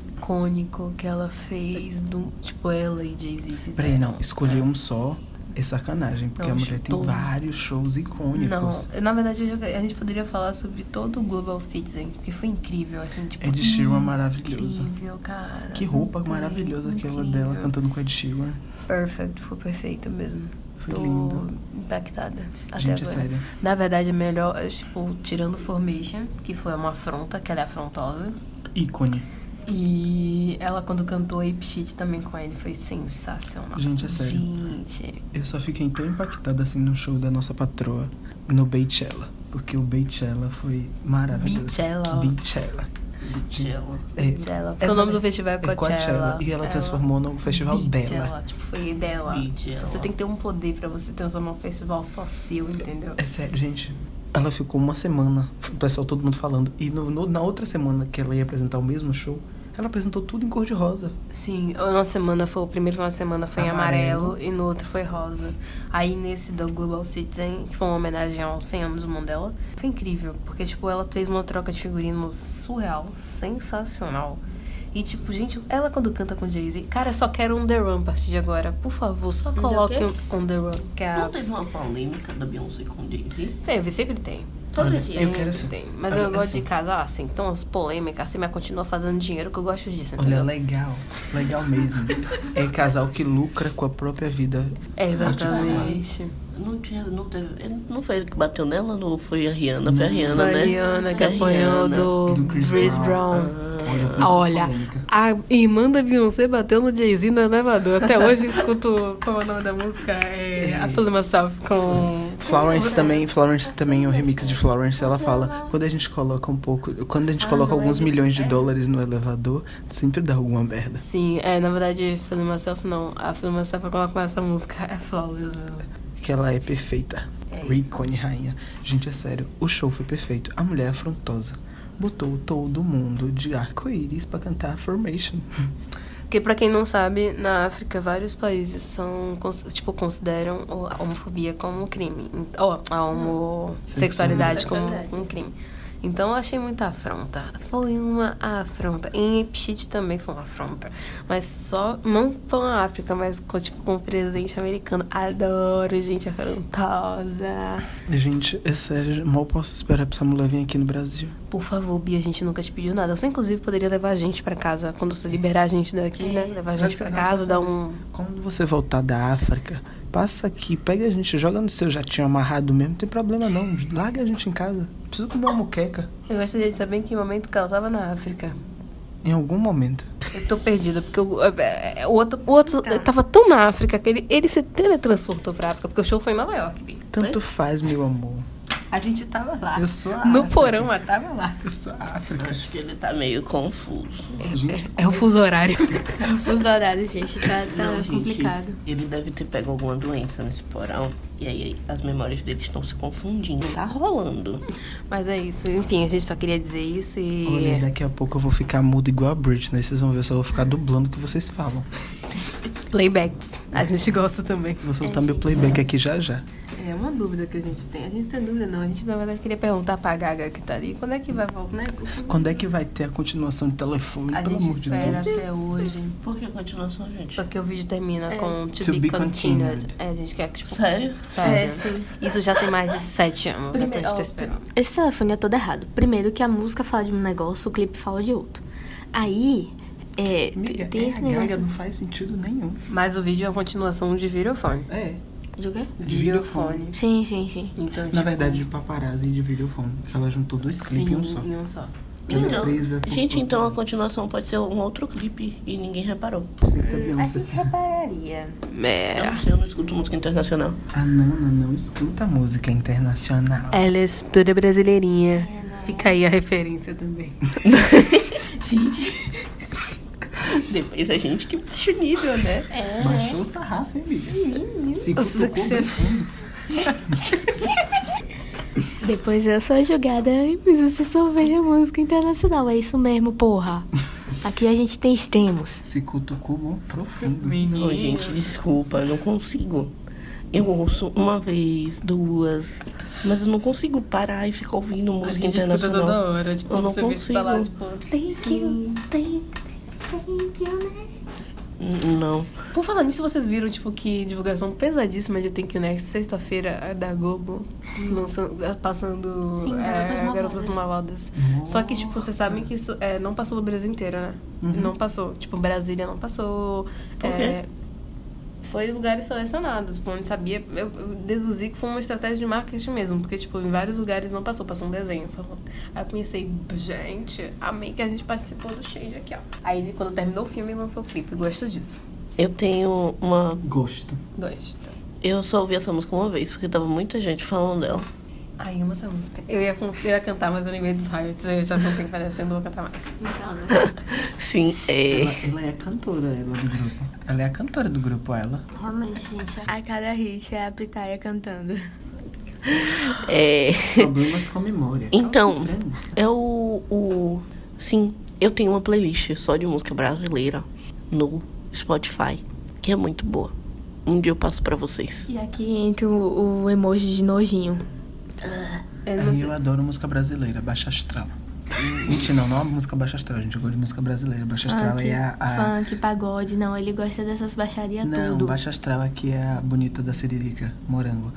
Speaker 1: icônico que ela fez, do, tipo, ela e Jay-Z fizeram.
Speaker 3: Peraí, não. Escolher um só é sacanagem, porque
Speaker 1: Não,
Speaker 3: a mulher tem
Speaker 1: todos.
Speaker 3: vários shows
Speaker 1: Não,
Speaker 3: icônicos.
Speaker 1: na verdade eu já- a gente poderia falar sobre todo o Global Citizen, porque foi incrível, assim, tipo...
Speaker 3: Ed Sheeran É maravilhoso.
Speaker 1: Incrível, cara.
Speaker 3: Que roupa
Speaker 1: Incrível,
Speaker 3: maravilhosa aquela
Speaker 1: incrível.
Speaker 3: dela cantando com Ed Sheeran.
Speaker 1: Perfect, foi perfeito mesmo.
Speaker 3: Foi
Speaker 1: Tô
Speaker 3: lindo.
Speaker 1: impactada. Até
Speaker 3: Gente, é
Speaker 1: agora.
Speaker 3: sério.
Speaker 1: Na verdade, é melhor, é, tipo, tirando Formation, que foi uma afronta, que ela é afrontosa.
Speaker 3: Ícone.
Speaker 1: E ela quando cantou Ape Shit também com ele foi sensacional.
Speaker 3: Gente, é sério.
Speaker 1: Gente.
Speaker 3: Eu só fiquei tão impactada assim no show da nossa patroa, no Beychella. Porque o Beychella foi maravilhoso.
Speaker 1: Beachella.
Speaker 3: Beachella. Beachella. É,
Speaker 1: Coachella. Porque o nome do festival é
Speaker 3: É Coachella.
Speaker 1: Coachella.
Speaker 3: E ela transformou no festival dela.
Speaker 1: Beachella, Tipo, foi dela.
Speaker 2: Beachella.
Speaker 1: Você tem que ter um poder pra você transformar um festival só seu, entendeu?
Speaker 3: É sério, gente. Ela ficou uma semana, o pessoal, todo mundo falando. E no- no- na outra semana que ela ia apresentar o mesmo show, ela apresentou tudo em cor de rosa.
Speaker 1: Sim, uma semana foi, o primeiro foi uma semana foi em
Speaker 3: Amarelo.
Speaker 1: amarelo, e no outro foi rosa. Aí nesse do Global Citizen, que foi uma homenagem aos 100 anos do Mandela, foi incrível, porque tipo, ela fez uma troca de figurino surreal, sensacional. E tipo, gente, ela quando canta com Jay-Z, cara, eu só quero on the run a partir de agora. Por favor, só
Speaker 2: the
Speaker 1: coloque
Speaker 2: quê?
Speaker 1: um on the run, que é a...
Speaker 2: teve uma polêmica da Beyoncé com Jay-Z?
Speaker 1: Teve, sempre tem.
Speaker 3: Olha,
Speaker 1: Sempre
Speaker 3: eu quero assim.
Speaker 1: tem. Mas
Speaker 3: Olha,
Speaker 1: eu gosto
Speaker 3: assim.
Speaker 1: de casar assim, então as polêmicas assim, mas continua fazendo dinheiro que eu gosto disso, entendeu?
Speaker 3: Olha, é legal. Legal mesmo. é casal que lucra com a própria vida.
Speaker 1: É, exatamente.
Speaker 2: Não tinha. Não, teve, eh, não foi ele que bateu nela ou foi a Rihanna? Foi a Rihanna,
Speaker 1: Foi
Speaker 2: né?
Speaker 1: a Rihanna que
Speaker 2: Foi a
Speaker 1: apanhou
Speaker 2: Rihanna.
Speaker 1: do,
Speaker 3: Do Chris
Speaker 1: Chris
Speaker 3: Brown.
Speaker 1: Brown.
Speaker 3: Olha,
Speaker 1: Ah, Olha,
Speaker 3: polêmica.
Speaker 1: a irmã da Beyoncé bateu no Jay-Z no elevador. Até hoje eu escuto qual é o nome da música? É, I Feel Myself com.
Speaker 3: Florence também, Florence também, o remix de Florence, ela fala, quando a gente coloca um pouco, quando a gente coloca alguns milhões de dólares no elevador, sempre dá alguma merda.
Speaker 1: Sim, é, na verdade, Feel Myself não. A Feel Myself é quando ela começa a música. É flawless mesmo.
Speaker 3: Que ela é perfeita. Ricone, rainha. Gente, é sério, o show foi perfeito. A mulher é afrontosa. Botou todo mundo de arco-íris pra cantar Formation.
Speaker 1: Porque pra quem não sabe, na África vários países são, cons- tipo, consideram o- a homofobia como um crime. Ou a homossexualidade como um crime. Então eu achei muita afronta. Foi uma afronta. Em Ipshit também foi uma afronta. Mas só, não com a África, mas com, tipo, com o presidente americano. Adoro gente afrontosa.
Speaker 3: Gente, é sério, mal posso esperar pra essa mulher vir aqui no Brasil.
Speaker 1: Por favor, Bia, a gente nunca te pediu nada. Você, inclusive, poderia levar a gente pra casa quando você liberar a gente daqui, né? Levar a gente pra casa, dar um.
Speaker 3: Quando você voltar da África, passa aqui, pega a gente, joga no seu jatinho amarrado mesmo, não tem problema não. Larga a gente em casa. Preciso comer uma moqueca.
Speaker 1: Eu gostaria de saber em que momento que ela tava na África.
Speaker 3: Em algum momento.
Speaker 1: Eu tô perdida, porque o, é, é, o outro, o outro tava tão na África que ele, ele se teletransportou pra África, porque o show foi em Nova York, Bi.
Speaker 3: Tanto faz, meu amor.
Speaker 1: A gente tava lá.
Speaker 3: Eu sou a
Speaker 1: no
Speaker 3: África.
Speaker 1: porão, ela tava lá.
Speaker 3: Eu sou a África.
Speaker 2: Acho que ele tá meio confuso.
Speaker 3: Gente,
Speaker 1: É o fuso horário.
Speaker 7: Os horários, gente, tá, tá
Speaker 2: Não, gente,
Speaker 7: complicado.
Speaker 2: ele deve ter pego alguma doença nesse porão. E aí as memórias dele estão se confundindo. Tá rolando.
Speaker 1: Mas é isso. Enfim, a gente só queria dizer isso e.
Speaker 3: olha, daqui a pouco eu vou ficar mudo igual a Britney. né? Vocês vão ver, eu só vou ficar dublando o que vocês falam.
Speaker 1: Playbacks. A gente gosta também.
Speaker 3: Vou soltar meu playback aqui já já.
Speaker 1: É uma dúvida que a gente tem. A gente tem dúvida, não. A gente, na verdade, queria perguntar pra Gaga que tá ali. Quando é que vai voltar?
Speaker 3: Quando é que vai ter a continuação de telefone?
Speaker 1: A
Speaker 3: Pelo
Speaker 1: gente
Speaker 3: amor de
Speaker 1: espera
Speaker 3: Deus.
Speaker 1: até hoje.
Speaker 2: Por que a continuação, gente?
Speaker 1: Porque o vídeo termina com To,
Speaker 3: To
Speaker 1: be,
Speaker 3: be
Speaker 1: continued.
Speaker 3: continued.
Speaker 1: É, a gente quer que, tipo,
Speaker 2: É. Sério?
Speaker 1: sério.
Speaker 7: É, sim.
Speaker 1: Isso já tem mais de sete anos, então a gente tá esperando.
Speaker 7: Esse telefone é todo errado. Primeiro que a música fala de um negócio, o clipe fala de outro. Aí, é, t-
Speaker 3: Amiga,
Speaker 7: tem
Speaker 3: é
Speaker 7: esse
Speaker 3: a Gaga,
Speaker 7: negócio
Speaker 3: não faz sentido nenhum.
Speaker 1: Mas o vídeo é uma continuação de Videofone.
Speaker 3: É,
Speaker 7: de o quê?
Speaker 3: de videofone.
Speaker 7: Sim, sim, sim.
Speaker 1: Então, tipo,
Speaker 3: Na verdade, de paparazzi e de videofone. Que ela juntou dois clipes em um só.
Speaker 1: em um só.
Speaker 3: Ela é
Speaker 2: Então,
Speaker 3: presa por
Speaker 2: gente,
Speaker 3: conta-
Speaker 2: então a continuação pode ser um outro clipe e ninguém reparou.
Speaker 3: Você que tá Beyoncé.
Speaker 7: repararia.
Speaker 1: É.
Speaker 2: Eu não sei, eu não escuto música internacional.
Speaker 3: A Nana não escuta música internacional.
Speaker 1: Ela é toda brasileirinha. Fica aí a referência também.
Speaker 2: Depois a gente que baixa o nível,
Speaker 1: É.
Speaker 2: né?
Speaker 3: Baixou o sarrafo, hein, amiga? Se cutucou
Speaker 1: Você-
Speaker 3: bem fundo.
Speaker 7: Depois eu sou a julgada. Ai, mas você só vê a música internacional. É isso mesmo, porra. Aqui a gente tem extremos.
Speaker 3: Se cutucou bom
Speaker 2: é
Speaker 3: profundo.
Speaker 2: Não, gente, desculpa, eu não consigo. Eu ouço uma vez, duas, mas eu não consigo parar e ficar ouvindo música internacional.
Speaker 1: hora. tipo,
Speaker 2: eu não
Speaker 1: tá
Speaker 2: consigo.
Speaker 7: Thank you, thank you, thank you, né?
Speaker 2: N- Não.
Speaker 1: Por falar nisso, vocês viram, tipo, que divulgação pesadíssima de Thank You Next, sexta-feira, é da Globo, lançando, é, passando
Speaker 7: Sim, Garotas
Speaker 1: é,
Speaker 7: Malvadas.
Speaker 1: Garotas Malvadas. Só que, tipo, vocês sabem que isso é, não passou no Brasil inteiro, né? Não passou. Tipo, Brasília não passou.
Speaker 2: Por
Speaker 1: é,
Speaker 2: quê?
Speaker 1: foi em lugares selecionados, por onde sabia. Eu, eu deduzi que foi uma estratégia de marketing mesmo, porque, tipo, em vários lugares não passou, passou um desenho. falou. Aí eu pensei, gente, amei que a gente participou do Shade aqui, ó. Aí, quando terminou o filme, lançou o clipe. Gosto disso.
Speaker 2: Eu tenho uma.
Speaker 3: Gosto.
Speaker 1: Gosto.
Speaker 2: Eu só ouvi essa música uma vez, porque tava muita gente falando dela.
Speaker 1: Ai, amo essa música. Eu ia, con- eu ia cantar, mas eu lembrei dos Riots. Eu já não tenho parecendo, não vou cantar mais.
Speaker 2: Sim,
Speaker 3: Ela,
Speaker 2: é.
Speaker 3: ela é a cantora, ela do grupo. Ela é a cantora do grupo, ela.
Speaker 7: Realmente, gente.
Speaker 4: A cada hit é a Pitaia cantando.
Speaker 2: é...
Speaker 3: Problemas com a memória. Tá
Speaker 2: Então,
Speaker 3: Ela se treina.
Speaker 2: é o, o. Sim, eu tenho uma playlist só de música brasileira no Spotify, que é muito boa. Um dia eu passo pra vocês.
Speaker 4: E aqui entra o, o emoji de nojinho.
Speaker 1: Eu não
Speaker 3: Aí
Speaker 1: sei.
Speaker 3: eu adoro música brasileira, baixa astral. Mentira, não, não é música baixa astral, gente. Eu gosto de música brasileira. Baixa astral
Speaker 4: Funk,
Speaker 3: é a. a-
Speaker 4: funk, pagode. Não, ele gosta dessas baixarias
Speaker 3: Não,
Speaker 4: tudo.
Speaker 3: baixa astral aqui é a bonita da Siririca, morango.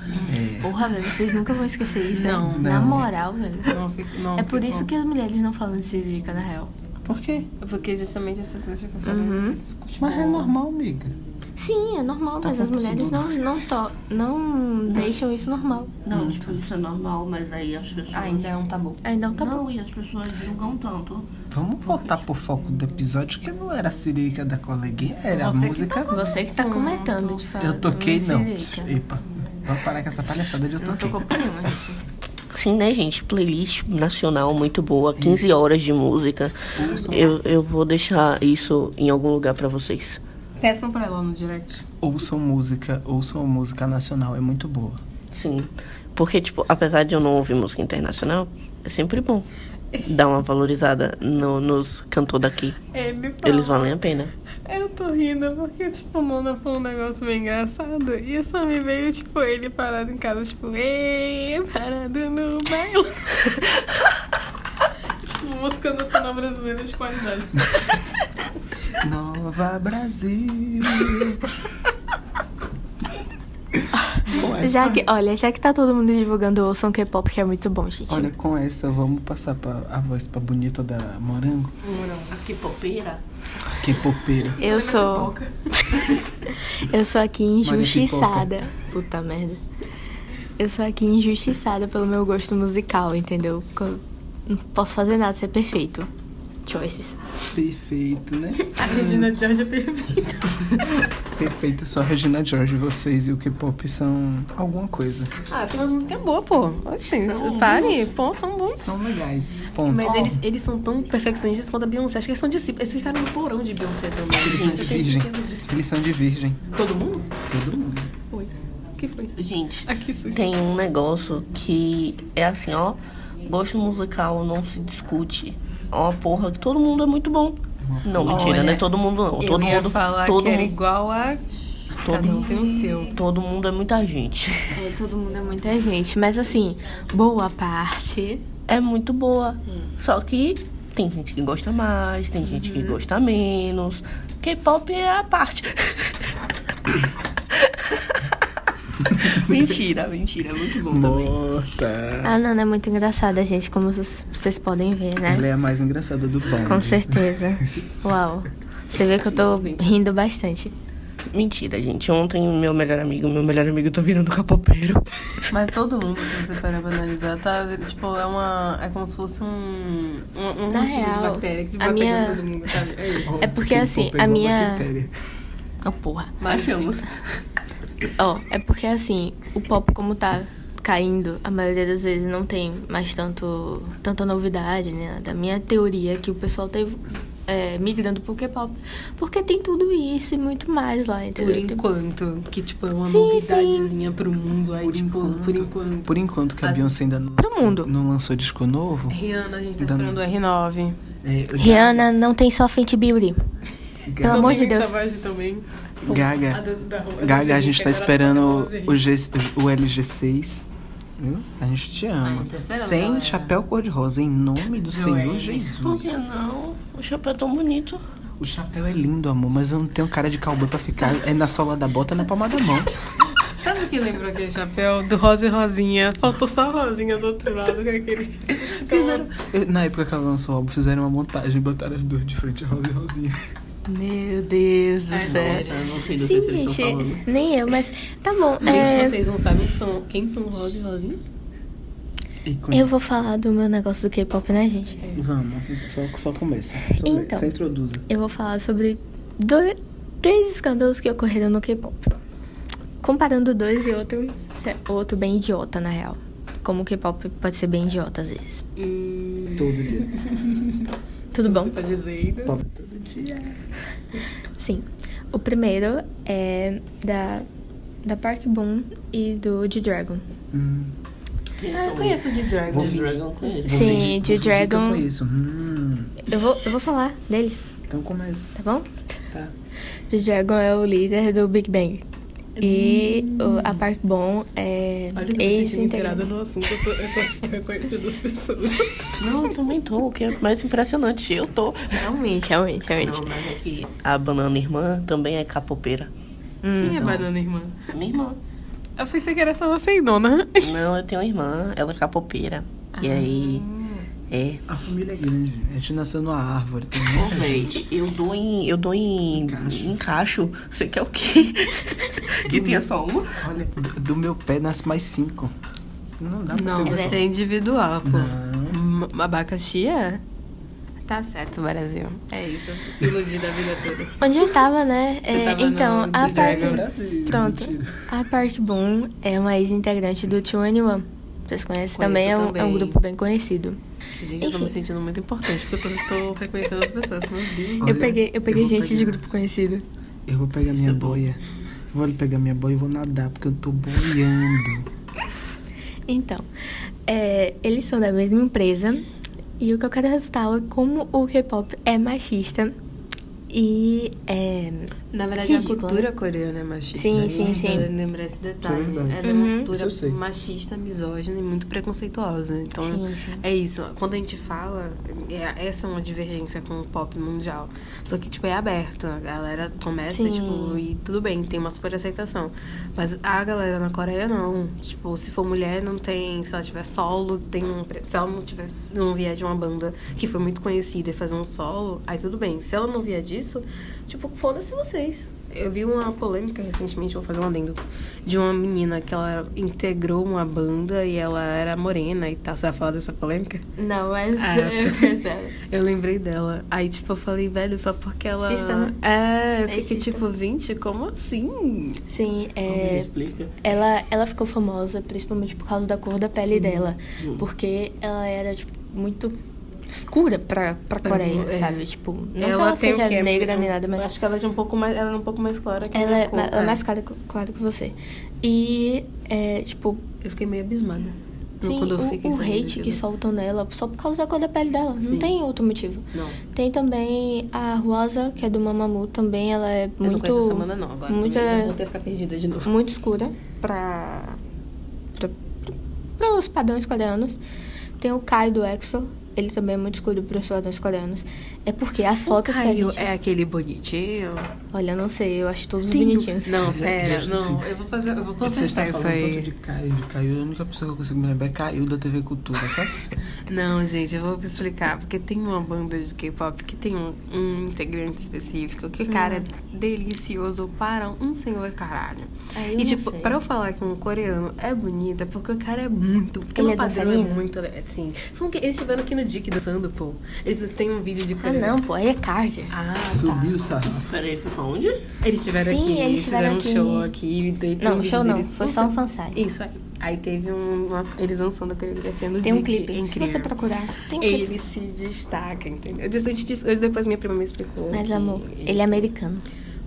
Speaker 3: É,
Speaker 4: Porra, velho, vocês nunca vão esquecer isso.
Speaker 1: Não.
Speaker 4: né? Na
Speaker 3: Não.
Speaker 4: moral, velho.
Speaker 1: Não fico- não
Speaker 4: É por
Speaker 1: fico-
Speaker 4: isso que as mulheres não falam de ciririca, na real.
Speaker 3: É. Por quê?
Speaker 1: É Porque justamente as pessoas ficam fazendo esses. Tipo,
Speaker 3: Mas é normal, amiga.
Speaker 4: Sim, é normal, mas as mulheres não, não, to não deixam isso normal.
Speaker 2: Não, tipo, isso é normal, mas aí as pessoas.
Speaker 1: Ainda é um tabu.
Speaker 4: Ainda não tá acabou.
Speaker 2: Não, e as pessoas julgam tanto.
Speaker 3: Vamos voltar pro foco do episódio, que não era a siririca da coleguinha,
Speaker 1: Você
Speaker 3: era É a
Speaker 1: que
Speaker 3: música.
Speaker 4: Você que tá comentando, de fato.
Speaker 3: Eu toquei, não.
Speaker 4: se liga.
Speaker 3: Epa, vamos parar com essa palhaçada de eu
Speaker 1: Não
Speaker 3: toquei.
Speaker 1: tocou pra nenhuma, gente.
Speaker 2: Sim, né, gente? Playlist nacional muito boa, 15 horas de música. Eu, eu vou deixar isso em algum lugar pra vocês.
Speaker 1: Peçam pra ela no direct.
Speaker 3: Ouçam música, ouçam música nacional, é muito boa.
Speaker 2: Sim. Porque, tipo, apesar de eu não ouvir música internacional, é sempre bom dar uma valorizada no- nos cantores daqui.
Speaker 1: É, me
Speaker 2: Eles valem a pena.
Speaker 1: Eu tô rindo porque, tipo, o Nona foi um negócio bem engraçado. E só me veio, tipo, ele parado em casa, tipo, ei, parado no baile. tipo, música nacional brasileira de qualidade.
Speaker 3: Nova Brasil. Com essa-
Speaker 4: Já que, olha, já que tá todo mundo divulgando o som K-pop, que é muito bom, gente.
Speaker 3: Olha, com essa vamos passar pra, a voz pra bonita da Morango,
Speaker 2: Que popeira.
Speaker 3: que é popeira.
Speaker 4: eu sou. eu sou aqui injustiçada. Puta merda. Eu sou aqui injustiçada pelo meu gosto musical, entendeu? Porque eu não posso fazer nada, ser perfeito. Choices.
Speaker 3: Perfeito, né?
Speaker 1: A Regina George é perfeita.
Speaker 3: Perfeito, só Regina George, vocês e o K-pop são alguma coisa.
Speaker 1: Ah, tem umas músicas boas, pô. Oxi, pare. Pô, são bons.
Speaker 3: São legais. Ponto.
Speaker 1: Mas eles, eles são tão perfeccionistas quanto a Beyoncé. Acho que eles são discípulos. Eles ficaram no porão de Beyoncé também.
Speaker 3: Eles são de virgem. Eles são de virgem.
Speaker 1: Todo mundo?
Speaker 3: Todo mundo.
Speaker 1: Oi. O que foi?
Speaker 2: Gente,
Speaker 1: Aqui, susto.
Speaker 2: tem um negócio que é assim, ó. Gosto musical não se discute. Ó, porra, todo mundo é muito bom. Não, mentira,
Speaker 1: Olha,
Speaker 2: né? Todo mundo não. Todo
Speaker 1: Eu ia
Speaker 2: mundo.
Speaker 1: falar
Speaker 2: todo
Speaker 1: que era
Speaker 2: mundo-
Speaker 1: igual a... Cada um tem o seu.
Speaker 2: Todo mundo é muita gente.
Speaker 4: É, todo mundo é muita gente, mas assim, boa parte.
Speaker 2: É muito boa.
Speaker 1: Hum.
Speaker 2: Só que tem gente que gosta mais, tem gente
Speaker 1: Uhum.
Speaker 2: que gosta menos. K-pop é a parte. mentira, mentira. é Muito bom também.
Speaker 3: Morta.
Speaker 4: A Nana é muito engraçada, gente, como vocês vocês podem ver, né?
Speaker 3: Ela é a mais engraçada do bando.
Speaker 4: Com certeza. Uau. Você vê que eu tô rindo bastante.
Speaker 2: Mentira, gente. Ontem meu melhor amigo, meu melhor amigo tá virando capopeiro.
Speaker 1: Mas todo mundo, se você parar pra analisar, tá. Tipo, é uma. É como se fosse um. Um, um
Speaker 4: Na
Speaker 1: vestido de
Speaker 4: real,
Speaker 1: bactéria que
Speaker 4: a
Speaker 1: vai
Speaker 4: minha-
Speaker 1: pegando todo mundo, sabe? É isso.
Speaker 4: É porque, assim, a minha- Oh, porra.
Speaker 2: Achamos.
Speaker 4: Ó, é porque assim, o pop como tá caindo, a maioria das vezes não tem mais tanto, tanta novidade, né? Da minha teoria é que o pessoal teve é, migrando pro K-pop. Porque tem tudo isso e muito mais lá,
Speaker 1: Por
Speaker 4: entendeu? Tem-
Speaker 1: enquanto. Que, tipo, é uma
Speaker 4: Sim,
Speaker 1: novidadezinha pro mundo. Aí,
Speaker 3: Por
Speaker 1: tipo, por enquanto.
Speaker 3: Por enquanto que a
Speaker 1: As-
Speaker 3: Beyoncé ainda não,
Speaker 4: Pro mundo.
Speaker 3: não lançou disco novo.
Speaker 1: Rihanna, a gente tá
Speaker 3: Da-
Speaker 1: esperando o R9.
Speaker 3: É, o
Speaker 4: Rihanna não tem só Fenty Beauty. Pelo amor de Deus.
Speaker 1: Savage também.
Speaker 3: Gaga.
Speaker 1: A da- da- da-
Speaker 3: Gaga, É. a
Speaker 1: da-
Speaker 3: gente tá
Speaker 1: agora
Speaker 3: esperando
Speaker 1: tá
Speaker 3: o,
Speaker 1: falando
Speaker 3: o
Speaker 1: de-
Speaker 3: G, o LG6. Viu? A gente te ama.
Speaker 1: Ah, tá esperando,
Speaker 3: Sem
Speaker 1: galera. é
Speaker 3: chapéu cor-de-rosa, em nome do Senhor
Speaker 2: Por
Speaker 3: Jesus.
Speaker 2: que não? O chapéu é tão bonito.
Speaker 3: O chapéu é lindo, amor, mas eu não tenho cara de cowboy pra ficar. É na sola da bota, na palma da mão.
Speaker 1: Sabe o que lembrou aquele chapéu? Do Rosa e Rosinha. Faltou só a Rosinha do outro lado, que é aquele.
Speaker 3: Fizeram- eu- na época que ela lançou o álbum, fizeram uma montagem e botaram as duas de frente, a rosa e a rosinha.
Speaker 4: Meu Deus do céu.
Speaker 2: É. Nossa, eu não sei do que
Speaker 4: Sim,
Speaker 2: vocês estão
Speaker 4: gente,
Speaker 2: falando.
Speaker 4: nem eu, mas tá bom. é,
Speaker 1: Gente, vocês não sabem que são- quem são Rosa e Rosinha?
Speaker 3: E com
Speaker 4: Eu vou falar do meu negócio do K-pop, né, gente?
Speaker 2: É.
Speaker 3: Vamos, só, só começa. Só,
Speaker 4: Então.
Speaker 3: só introduza.
Speaker 4: eu vou falar sobre dois, três escândalos que ocorreram no K-pop. Comparando dois e outro, se- outro bem idiota, na real. Como o K-pop pode ser bem idiota às vezes.
Speaker 3: Todo dia.
Speaker 4: Tudo bom?
Speaker 1: Você Hum, tá dizendo?
Speaker 3: Pop todo dia.
Speaker 4: Sim. O primeiro é da, da Park Boon e do G-Dragon.
Speaker 3: Hum,
Speaker 1: Ah, eu conheço o D-Dragon.
Speaker 3: Vou fingir-
Speaker 2: Dragon
Speaker 3: vou
Speaker 2: conheço.
Speaker 4: Sim,
Speaker 3: fingir- vou
Speaker 4: de
Speaker 3: fingir que eu
Speaker 4: Dragon.
Speaker 3: conheço. Hum,
Speaker 4: Eu vou, eu vou falar deles,
Speaker 3: então começa.
Speaker 4: tá bom?
Speaker 3: Tá.
Speaker 4: G-Dragon é o líder do Big Bang. E o- a Park Boon é
Speaker 1: Hum. Olha, eu tô me sentindo inteirada
Speaker 4: ex-integrante.
Speaker 1: no assunto. Eu tô, eu tô tipo, reconhecendo as pessoas.
Speaker 2: Não, eu também tô. O que é mais impressionante, eu tô.
Speaker 4: Realmente, realmente, realmente.
Speaker 2: Não, mas é que a banana irmã também é capopeira.
Speaker 1: Quem
Speaker 4: Hum,
Speaker 1: é banana, irmã?
Speaker 2: Minha irmã.
Speaker 1: Eu pensei que era só você e Nona.
Speaker 2: Ah. Não, eu tenho uma irmã, ela é capopeira. E aí, É.
Speaker 3: A família é grande. A gente nasceu numa árvore. tá Tem
Speaker 2: Ô,
Speaker 3: muita
Speaker 2: véi,
Speaker 3: gente.
Speaker 2: eu dou em. Eu dou em.
Speaker 3: Encaixe.
Speaker 2: Encaixo. Você quer o quê? Hum. que tenha só uma?
Speaker 3: Olha, do- do meu pé nasce mais cinco. Não dá pra
Speaker 1: Não,
Speaker 3: ter
Speaker 1: você é individual, pô. M- Abacaxi é. Tá certo, Brasil. É isso. Iludida a vida toda.
Speaker 4: Onde eu tava, né?
Speaker 1: Você tava
Speaker 4: então,
Speaker 1: no
Speaker 4: a
Speaker 1: The
Speaker 4: Park...
Speaker 1: Dragon.
Speaker 3: Brasil,
Speaker 4: Pronto.
Speaker 3: mentira.
Speaker 4: A Park Boom é uma ex-integrante do 2NE1. Vocês conhecem também, é um, é um
Speaker 1: também.
Speaker 4: grupo bem conhecido.
Speaker 1: Gente, eu tô
Speaker 4: Enfim.
Speaker 1: me sentindo muito importante porque eu tô reconhecendo as pessoas. Meu Deus.
Speaker 3: Olha,
Speaker 4: eu peguei, eu peguei
Speaker 3: eu vou
Speaker 4: gente de
Speaker 3: pegar-
Speaker 4: grupo conhecido.
Speaker 3: Eu vou pegar minha boia. Vou ali pegar minha boia e vou nadar, porque eu tô boiando.
Speaker 4: Então, é, eles são da mesma empresa. E o que eu quero ressaltar é como o K-pop é machista. E é,
Speaker 1: Na verdade, a
Speaker 4: Ridículo.
Speaker 1: cultura coreana é machista.
Speaker 4: né? Sim,
Speaker 1: né?
Speaker 4: sim, sim.
Speaker 1: Eu lembrar esse detalhe.
Speaker 3: Isso é verdade.
Speaker 1: Ela é
Speaker 4: Uhum.
Speaker 1: uma
Speaker 3: Isso
Speaker 1: cultura
Speaker 3: eu sei.
Speaker 1: machista, misógina e muito preconceituosa. Então,
Speaker 4: Sim, sim.
Speaker 1: é isso. Quando a gente fala, é- essa é uma divergência com o pop mundial. Porque, tipo, é aberto. A galera começa,
Speaker 4: Sim.
Speaker 1: tipo, e tudo bem, tem uma super aceitação. Mas a galera na Coreia, não. Tipo, se for mulher, não tem... Se ela tiver solo, tem um... pre- Se ela não, tiver, não vier de uma banda que foi muito conhecida e fazer um solo, aí tudo bem. Se ela não vier disso, tipo, foda-se vocês. Eu vi uma polêmica recentemente, vou fazer um adendo, de uma menina que ela integrou uma banda e ela era morena e tal. Você vai falar dessa polêmica?
Speaker 4: Não, mas é.
Speaker 1: Ah,
Speaker 4: eu
Speaker 1: tá.
Speaker 4: percebo.
Speaker 1: Eu lembrei dela. Aí, tipo, eu falei, velho, só porque ela.
Speaker 4: Sista, né?
Speaker 1: É, eu
Speaker 4: É
Speaker 1: fiquei
Speaker 4: sista.
Speaker 1: tipo, 20? Como assim?
Speaker 4: Sim, é,
Speaker 2: Explica.
Speaker 4: ela, ela ficou famosa principalmente por causa da cor da pele dela.
Speaker 1: Hum.
Speaker 4: Porque ela era, tipo, muito escura pra, pra Coreia,
Speaker 1: É.
Speaker 4: sabe? Tipo, não que ela
Speaker 1: tem o
Speaker 4: seja
Speaker 1: quê?
Speaker 4: negra nem
Speaker 1: Um-
Speaker 4: nada, mas...
Speaker 1: Acho que ela é um pouco mais. Ela é um pouco mais clara que a
Speaker 4: Ela
Speaker 1: minha
Speaker 4: é,
Speaker 1: cor.
Speaker 4: ma- ela é mais clara, que- clara que você. E, é, tipo,
Speaker 1: Eu fiquei meio abismada.
Speaker 4: sim,
Speaker 1: quando eu
Speaker 4: o,
Speaker 1: fiquei
Speaker 4: o
Speaker 1: sabendo
Speaker 4: hate que
Speaker 1: disso.
Speaker 4: soltam nela só por causa da cor da pele dela. Não
Speaker 1: né? Sim.
Speaker 4: tem outro motivo.
Speaker 1: Não.
Speaker 4: Tem também a Rosa, que é do Mamamoo, também ela é
Speaker 1: Eu não
Speaker 4: muito...
Speaker 1: conheço essa banda, não. Agora
Speaker 4: muito-
Speaker 1: também, eu vou ter que ficar perdida de novo.
Speaker 4: muito escura para para os padrões coreanos. Tem o Kai do EXO, ele também é muito escuro para os padrões coreanos. É porque as fotos que a
Speaker 1: Caio
Speaker 4: gente...
Speaker 1: é aquele bonitinho.
Speaker 4: Olha, não sei, eu acho todos
Speaker 1: Tem o-
Speaker 4: bonitinhos.
Speaker 1: Não, pera,
Speaker 3: Sim.
Speaker 1: não. Eu vou fazer. Eu vou
Speaker 3: Você está
Speaker 1: consertar isso
Speaker 3: falando
Speaker 1: aí.
Speaker 3: tanto de Caio, de Caio. A única pessoa que eu consigo me lembrar é Caio da TV Cultura, tá?
Speaker 1: Ah, Não, gente, eu vou explicar. Porque tem uma banda de K-pop que tem um, um integrante específico que,
Speaker 4: Hum.
Speaker 1: cara, é delicioso para um senhor caralho.
Speaker 4: Aí Ah, eu
Speaker 1: e,
Speaker 4: não
Speaker 1: tipo,
Speaker 4: sei.
Speaker 1: pra eu falar que um coreano é bonito, é porque o cara é muito. Porque
Speaker 4: Ele
Speaker 1: o
Speaker 4: é
Speaker 1: padrão
Speaker 4: dançarino?
Speaker 1: é muito. le- Assim, foi um que- eles estiveram aqui no Dick dançando, pô. Eles têm um vídeo de
Speaker 4: Ah,
Speaker 1: coreano.
Speaker 4: não, pô, aí é Cardi.
Speaker 1: Ah,
Speaker 3: Subiu o sarrafo.
Speaker 2: Peraí, foi pra onde?
Speaker 1: Eles estiveram
Speaker 4: Sim,
Speaker 1: aqui,
Speaker 4: eles
Speaker 1: fizeram um
Speaker 4: estiveram
Speaker 1: show
Speaker 4: aqui.
Speaker 1: aqui. Tem, tem
Speaker 4: Não,
Speaker 1: vídeo
Speaker 4: show não,
Speaker 1: deles-
Speaker 4: foi só um fansite.
Speaker 1: Isso aí. Aí teve um, uma- eles dançando a coreografia no
Speaker 4: Tem um
Speaker 1: Dick,
Speaker 4: clipe.
Speaker 1: é
Speaker 4: Se
Speaker 1: incrível.
Speaker 4: você procurar, tem um clipe.
Speaker 1: Ele se destaca, entendeu? Distante disso, eu- depois minha prima me explicou.
Speaker 4: Mas,
Speaker 1: que
Speaker 4: amor, ele é americano.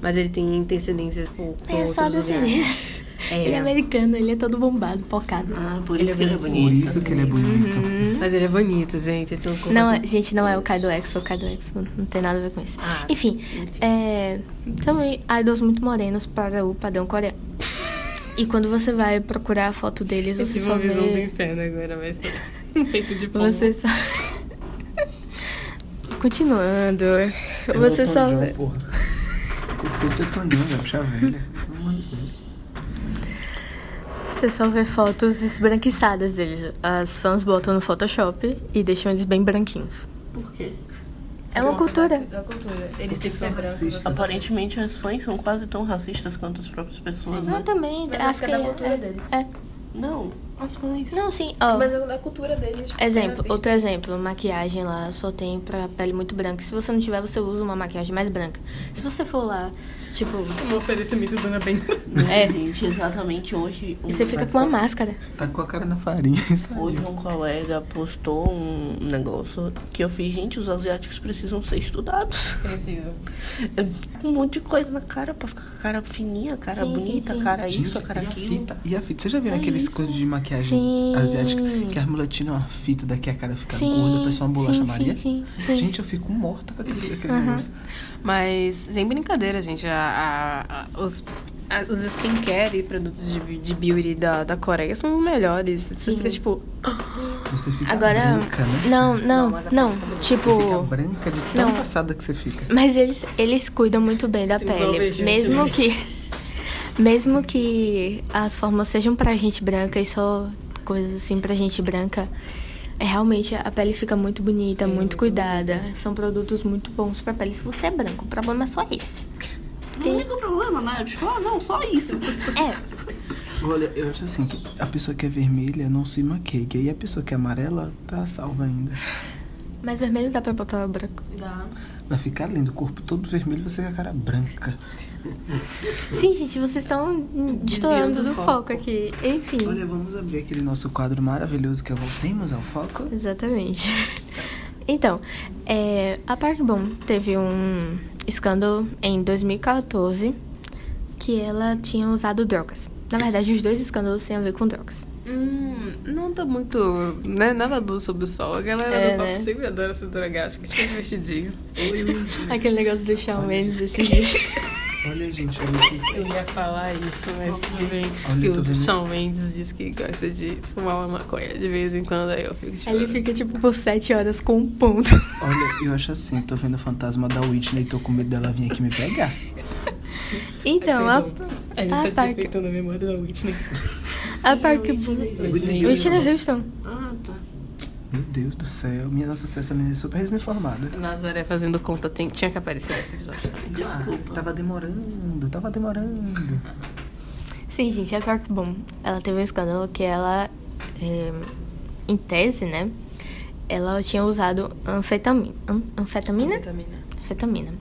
Speaker 1: Mas ele tem antecedências por, por
Speaker 4: É
Speaker 1: outros
Speaker 4: só
Speaker 1: lugares.
Speaker 4: descendência. Ele é americano, ele é todo bombado, focado.
Speaker 2: Ah, por
Speaker 1: Ele
Speaker 2: isso
Speaker 1: é
Speaker 2: que ele é
Speaker 1: bonito.
Speaker 2: bonito.
Speaker 3: Por isso que ele é bonito.
Speaker 1: Mas ele é bonito, gente. Então, como
Speaker 4: Não,
Speaker 1: assim?
Speaker 4: gente, não é o Kai do Exo, o Kai do Exo não tem nada a ver com isso.
Speaker 1: Ah,
Speaker 4: enfim, é, também idols muito morenos para o padrão coreano. E quando você vai procurar a foto deles,
Speaker 1: Eu
Speaker 4: você
Speaker 1: tive
Speaker 4: só
Speaker 1: uma visão do
Speaker 4: vê...
Speaker 1: inferno agora, mas tá um peito de pão.
Speaker 4: Você só... Continuando, você só... vê-
Speaker 3: Respeita o Toninho, velho, é puxa velha. Pelo amor de Deus.
Speaker 4: Você só vê fotos esbranquiçadas deles. As fãs botam no Photoshop e deixam eles bem branquinhos.
Speaker 2: Por quê?
Speaker 4: É uma cultura.
Speaker 1: Da cultura. Eles têm que ser brancos.
Speaker 3: Racista.
Speaker 2: Aparentemente as fãs são quase tão racistas quanto as próprias pessoas,
Speaker 4: Eu
Speaker 2: né?
Speaker 4: Ah, também,
Speaker 1: Mas
Speaker 4: acho
Speaker 1: é
Speaker 4: que...
Speaker 1: da cultura
Speaker 4: é,
Speaker 1: deles.
Speaker 4: é.
Speaker 2: Não, as fãs.
Speaker 4: Não, sim, ó...
Speaker 1: Mas é da cultura deles. tipo, ser
Speaker 4: Exemplo,
Speaker 1: racista.
Speaker 4: outro exemplo, maquiagem lá só tem pra pele muito branca. Se você não tiver, você usa uma maquiagem mais branca. Se você for lá, tipo,
Speaker 1: Um oferecimento dona bem.
Speaker 4: É.
Speaker 2: Gente, exatamente hoje. um-
Speaker 4: e você fica com uma máscara.
Speaker 3: Tá com a cara na farinha, sabe?
Speaker 2: Hoje um colega postou um negócio que eu fiz, gente, os asiáticos precisam ser estudados.
Speaker 1: Preciso.
Speaker 2: Eu tô com um monte de coisa na cara pra ficar com a cara fininha, a cara
Speaker 4: Sim, sim,
Speaker 2: bonita, a
Speaker 4: sim.
Speaker 2: cara
Speaker 3: Gente,
Speaker 2: isso, a cara
Speaker 3: e a
Speaker 2: aquilo.
Speaker 3: fita? E a fita? Você já viu aqueles coisas de maquiagem
Speaker 4: É Sim.
Speaker 3: asiática? Que as mulheres tiram uma fita daqui a cara fica
Speaker 4: Sim,
Speaker 3: gorda, parece uma bolacha
Speaker 4: sim,
Speaker 3: Maria?
Speaker 4: sim, sim, sim.
Speaker 3: Gente, eu fico morta com aquele, aquele negócio.
Speaker 1: Mas, sem brincadeira, gente, a- a- a- os, a- os skincare e produtos de, de beauty da, da Coreia são os melhores. Você fica tipo.
Speaker 3: Você fica
Speaker 4: Agora.
Speaker 3: branca, né?
Speaker 4: Não, não,
Speaker 1: Não, mas a
Speaker 4: não.
Speaker 1: pele
Speaker 4: Tipo.
Speaker 3: Você fica branca de tão
Speaker 4: Não.
Speaker 3: passada que você fica.
Speaker 4: Mas eles, eles cuidam muito bem da
Speaker 1: Temos
Speaker 4: pele.
Speaker 1: alvejante
Speaker 4: Mesmo
Speaker 1: ali.
Speaker 4: que. Mesmo que as formas sejam pra gente branca e só coisas assim pra gente branca, É realmente a pele fica muito bonita, muito cuidada. São produtos muito bons pra pele se você é branco. O problema é só esse.
Speaker 2: O único problema, né? Tipo, ah, não, só isso.
Speaker 4: É,
Speaker 3: Olha, eu acho assim que a pessoa que é vermelha não se maqueia. E a pessoa que é amarela tá salva ainda.
Speaker 4: mas vermelho dá pra botar branco.
Speaker 1: Dá.
Speaker 3: Vai ficar lindo, o corpo todo vermelho, você com a cara branca.
Speaker 4: Sim, gente, vocês estão destoando
Speaker 1: do
Speaker 4: do
Speaker 1: foco.
Speaker 4: foco aqui. Enfim.
Speaker 3: Olha, vamos abrir aquele nosso quadro maravilhoso que é Voltemos ao Foco.
Speaker 4: Exatamente. Então, é, a Park Bom teve um escândalo em 2014 que ela tinha usado drogas. Na verdade, os dois escândalos têm a ver com drogas.
Speaker 1: Hum, não tá muito. Né, nada do sobre o sol. A galera
Speaker 4: É,
Speaker 1: do papo
Speaker 4: né?
Speaker 1: sempre adora se drogar. Acho que isso é divertidinho.
Speaker 4: Aquele negócio de deixar menos esses dias.
Speaker 3: Olha, gente, olha
Speaker 1: Eu ia falar isso, mas tudo bem.
Speaker 3: Olha,
Speaker 1: que
Speaker 3: eu tô
Speaker 1: o
Speaker 3: vendo-
Speaker 1: Shawn Mendes diz que gosta de fumar uma maconha de vez em quando. Aí eu fico tipo.
Speaker 4: Aí ele fica, tipo, por sete horas com um ponto.
Speaker 3: Olha, eu acho assim, tô vendo o fantasma da Whitney e tô com medo dela vir aqui me pegar.
Speaker 4: Então, a,
Speaker 1: A gente
Speaker 4: Ah,
Speaker 1: tá
Speaker 4: tá.
Speaker 1: desrespeitando a memória da Whitney.
Speaker 4: a Park Bom...
Speaker 1: Whitney.
Speaker 4: Whitney Houston.
Speaker 3: Meu Deus do céu, minha nossa senhora, essa menina é super desinformada.
Speaker 1: Nazaré fazendo conta tem- tinha que aparecer nesse episódio também.
Speaker 3: Ah, tava demorando, tava demorando.
Speaker 4: Sim, gente, a Park Bom, ela teve um escândalo que ela, é, em tese, né? Ela tinha usado anfetamina. an- anfetamina?
Speaker 1: Vitamina.
Speaker 4: Anfetamina.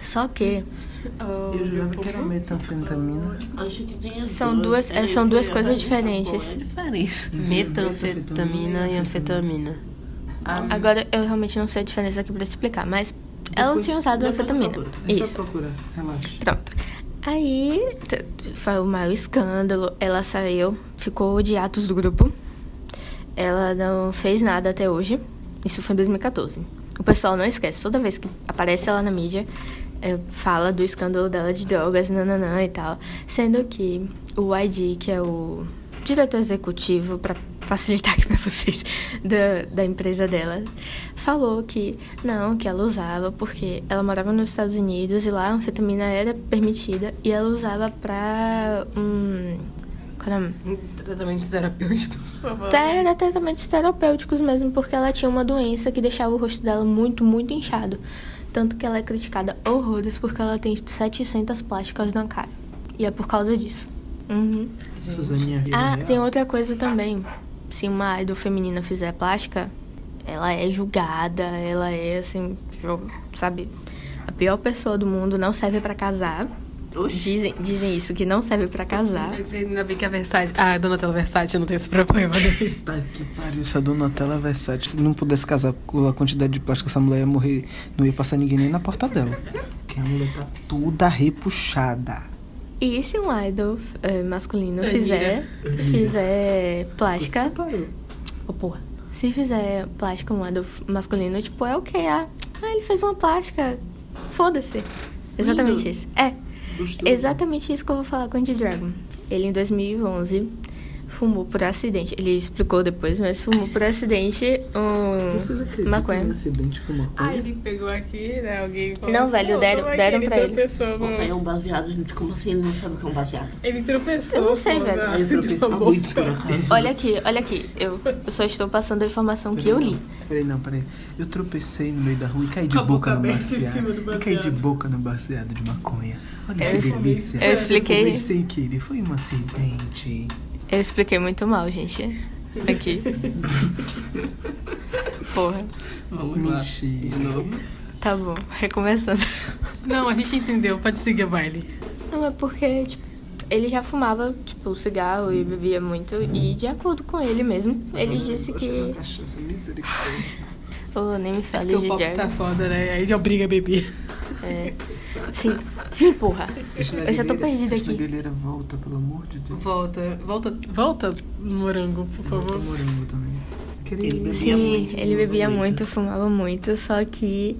Speaker 4: Só que
Speaker 3: Eu jurava que era metanfetamina.
Speaker 2: Acho que tem as
Speaker 4: São duas- é,
Speaker 2: isso
Speaker 4: são
Speaker 2: que eu
Speaker 4: duas
Speaker 2: ia
Speaker 4: coisas
Speaker 2: falar. Então,
Speaker 4: diferentes.
Speaker 2: bom, É diferente.
Speaker 1: Metanfetamina e anfetamina.
Speaker 4: agora eu realmente não sei a diferença aqui pra explicar, mas ela tinha usado anfetamina. Isso.
Speaker 3: Procura, relaxa.
Speaker 4: Pronto. Aí t- t- foi o maior escândalo. Ela saiu, ficou de atos do grupo. Ela não fez nada até hoje. Isso foi em 2014. O pessoal não esquece. Toda vez que aparece ela na mídia, é, fala do escândalo dela de drogas, nananã e tal. Sendo que o ID, que é o diretor executivo, pra facilitar aqui pra vocês, da, da empresa dela, falou que não, que ela usava porque ela morava nos Estados Unidos e lá a anfetamina era permitida e ela usava pra um. Qual era?
Speaker 1: Tratamentos terapêuticos.
Speaker 4: Até era é tratamentos terapêuticos mesmo, porque ela tinha uma doença que deixava o rosto dela muito, muito inchado. Tanto que ela é criticada horrores porque ela tem 700 plásticas na cara. E é por causa disso. Uhum.
Speaker 3: Suzaninha Vieira
Speaker 4: Ah,
Speaker 3: Real.
Speaker 4: tem outra coisa também. Se uma idol feminina fizer plástica, ela é julgada, ela é assim, jo- sabe, a pior pessoa do mundo, não serve pra casar. Dizem, dizem isso, que não serve pra casar.
Speaker 1: Ainda bem que a Versace. Ah, a Donatella Versace não tem esse problema. né?
Speaker 3: Tá que pariu, se a Donatella Versace se não pudesse casar com a quantidade de plástico, essa mulher ia morrer, não ia passar ninguém nem na porta dela. Porque a mulher tá toda repuxada.
Speaker 4: E se um idol eh, masculino
Speaker 1: Anira.
Speaker 4: fizer, fizer plástica.
Speaker 3: Pariu.
Speaker 4: Ô, porra. Se fizer plástica um idol masculino, tipo, é o que Ah, ah, ele fez uma plástica. Foda-se. Exatamente isso. É. Exatamente isso que eu vou falar com o D-Dragon. Ele, em 2011, fumou por acidente. Ele explicou depois, mas fumou por acidente
Speaker 3: Vocês
Speaker 4: um
Speaker 3: acreditam em
Speaker 4: maconha.
Speaker 3: acidente com
Speaker 1: Ah,
Speaker 3: maconha?
Speaker 1: ele pegou aqui, né? Alguém falou
Speaker 4: Não,
Speaker 1: assim,
Speaker 4: velho,
Speaker 1: "Pô,
Speaker 4: deram-
Speaker 1: toma aqui,
Speaker 4: deram pra ele."
Speaker 1: tropeçou no-
Speaker 2: É um baseado, gente, como assim ele não sabe o que é um baseado?
Speaker 1: Ele tropeçou.
Speaker 4: Eu não sei,
Speaker 1: pô,
Speaker 4: velho.
Speaker 1: na-
Speaker 2: Aí eu tropeçar
Speaker 1: na
Speaker 2: muito
Speaker 1: boca.
Speaker 2: por acaso.
Speaker 4: Olha aqui, olha aqui. Eu, eu só estou passando a informação que eu li.
Speaker 3: Peraí, não, peraí. Eu tropecei no meio da rua e caí de
Speaker 1: Com a boca
Speaker 3: boca, no
Speaker 1: aberta em cima do
Speaker 3: baseado. E caí de
Speaker 1: baseado.
Speaker 3: boca no baseado de maconha. Olha
Speaker 4: Eu
Speaker 3: que
Speaker 4: expliquei-
Speaker 3: delícia.
Speaker 4: eu expliquei.
Speaker 3: Foi sem querer, foi um acidente.
Speaker 4: Eu expliquei muito mal, gente. Aqui. Porra.
Speaker 2: Vamos lá.
Speaker 3: Mentira.
Speaker 4: Tá bom, recomeçando.
Speaker 1: Não, a gente entendeu. Pode seguir o baile.
Speaker 4: Não, é porque, tipo, ele já fumava, tipo, cigarro e bebia muito. E de acordo com ele mesmo, ele disse que.
Speaker 3: Cachaça, misericórdia.
Speaker 4: Ô, nem me
Speaker 1: Porque
Speaker 4: fale de
Speaker 1: o pop tá
Speaker 4: Jerry.
Speaker 1: foda, né? Aí ele obriga a beber.
Speaker 4: É. Sim, sim, porra.
Speaker 3: Cristina
Speaker 1: é
Speaker 4: Eu já tô
Speaker 3: Aguilera,
Speaker 4: perdida
Speaker 3: Cristina
Speaker 4: aqui.
Speaker 3: Aguilera, volta, pelo amor de Deus.
Speaker 1: Volta, volta, volta, morango, por
Speaker 3: Eu tô
Speaker 1: favor.
Speaker 3: morango tá também.
Speaker 2: Ele
Speaker 3: Querido.
Speaker 2: bebia
Speaker 4: Sim,
Speaker 2: muito.
Speaker 4: ele bebia
Speaker 2: muito.
Speaker 4: muito, fumava muito, só que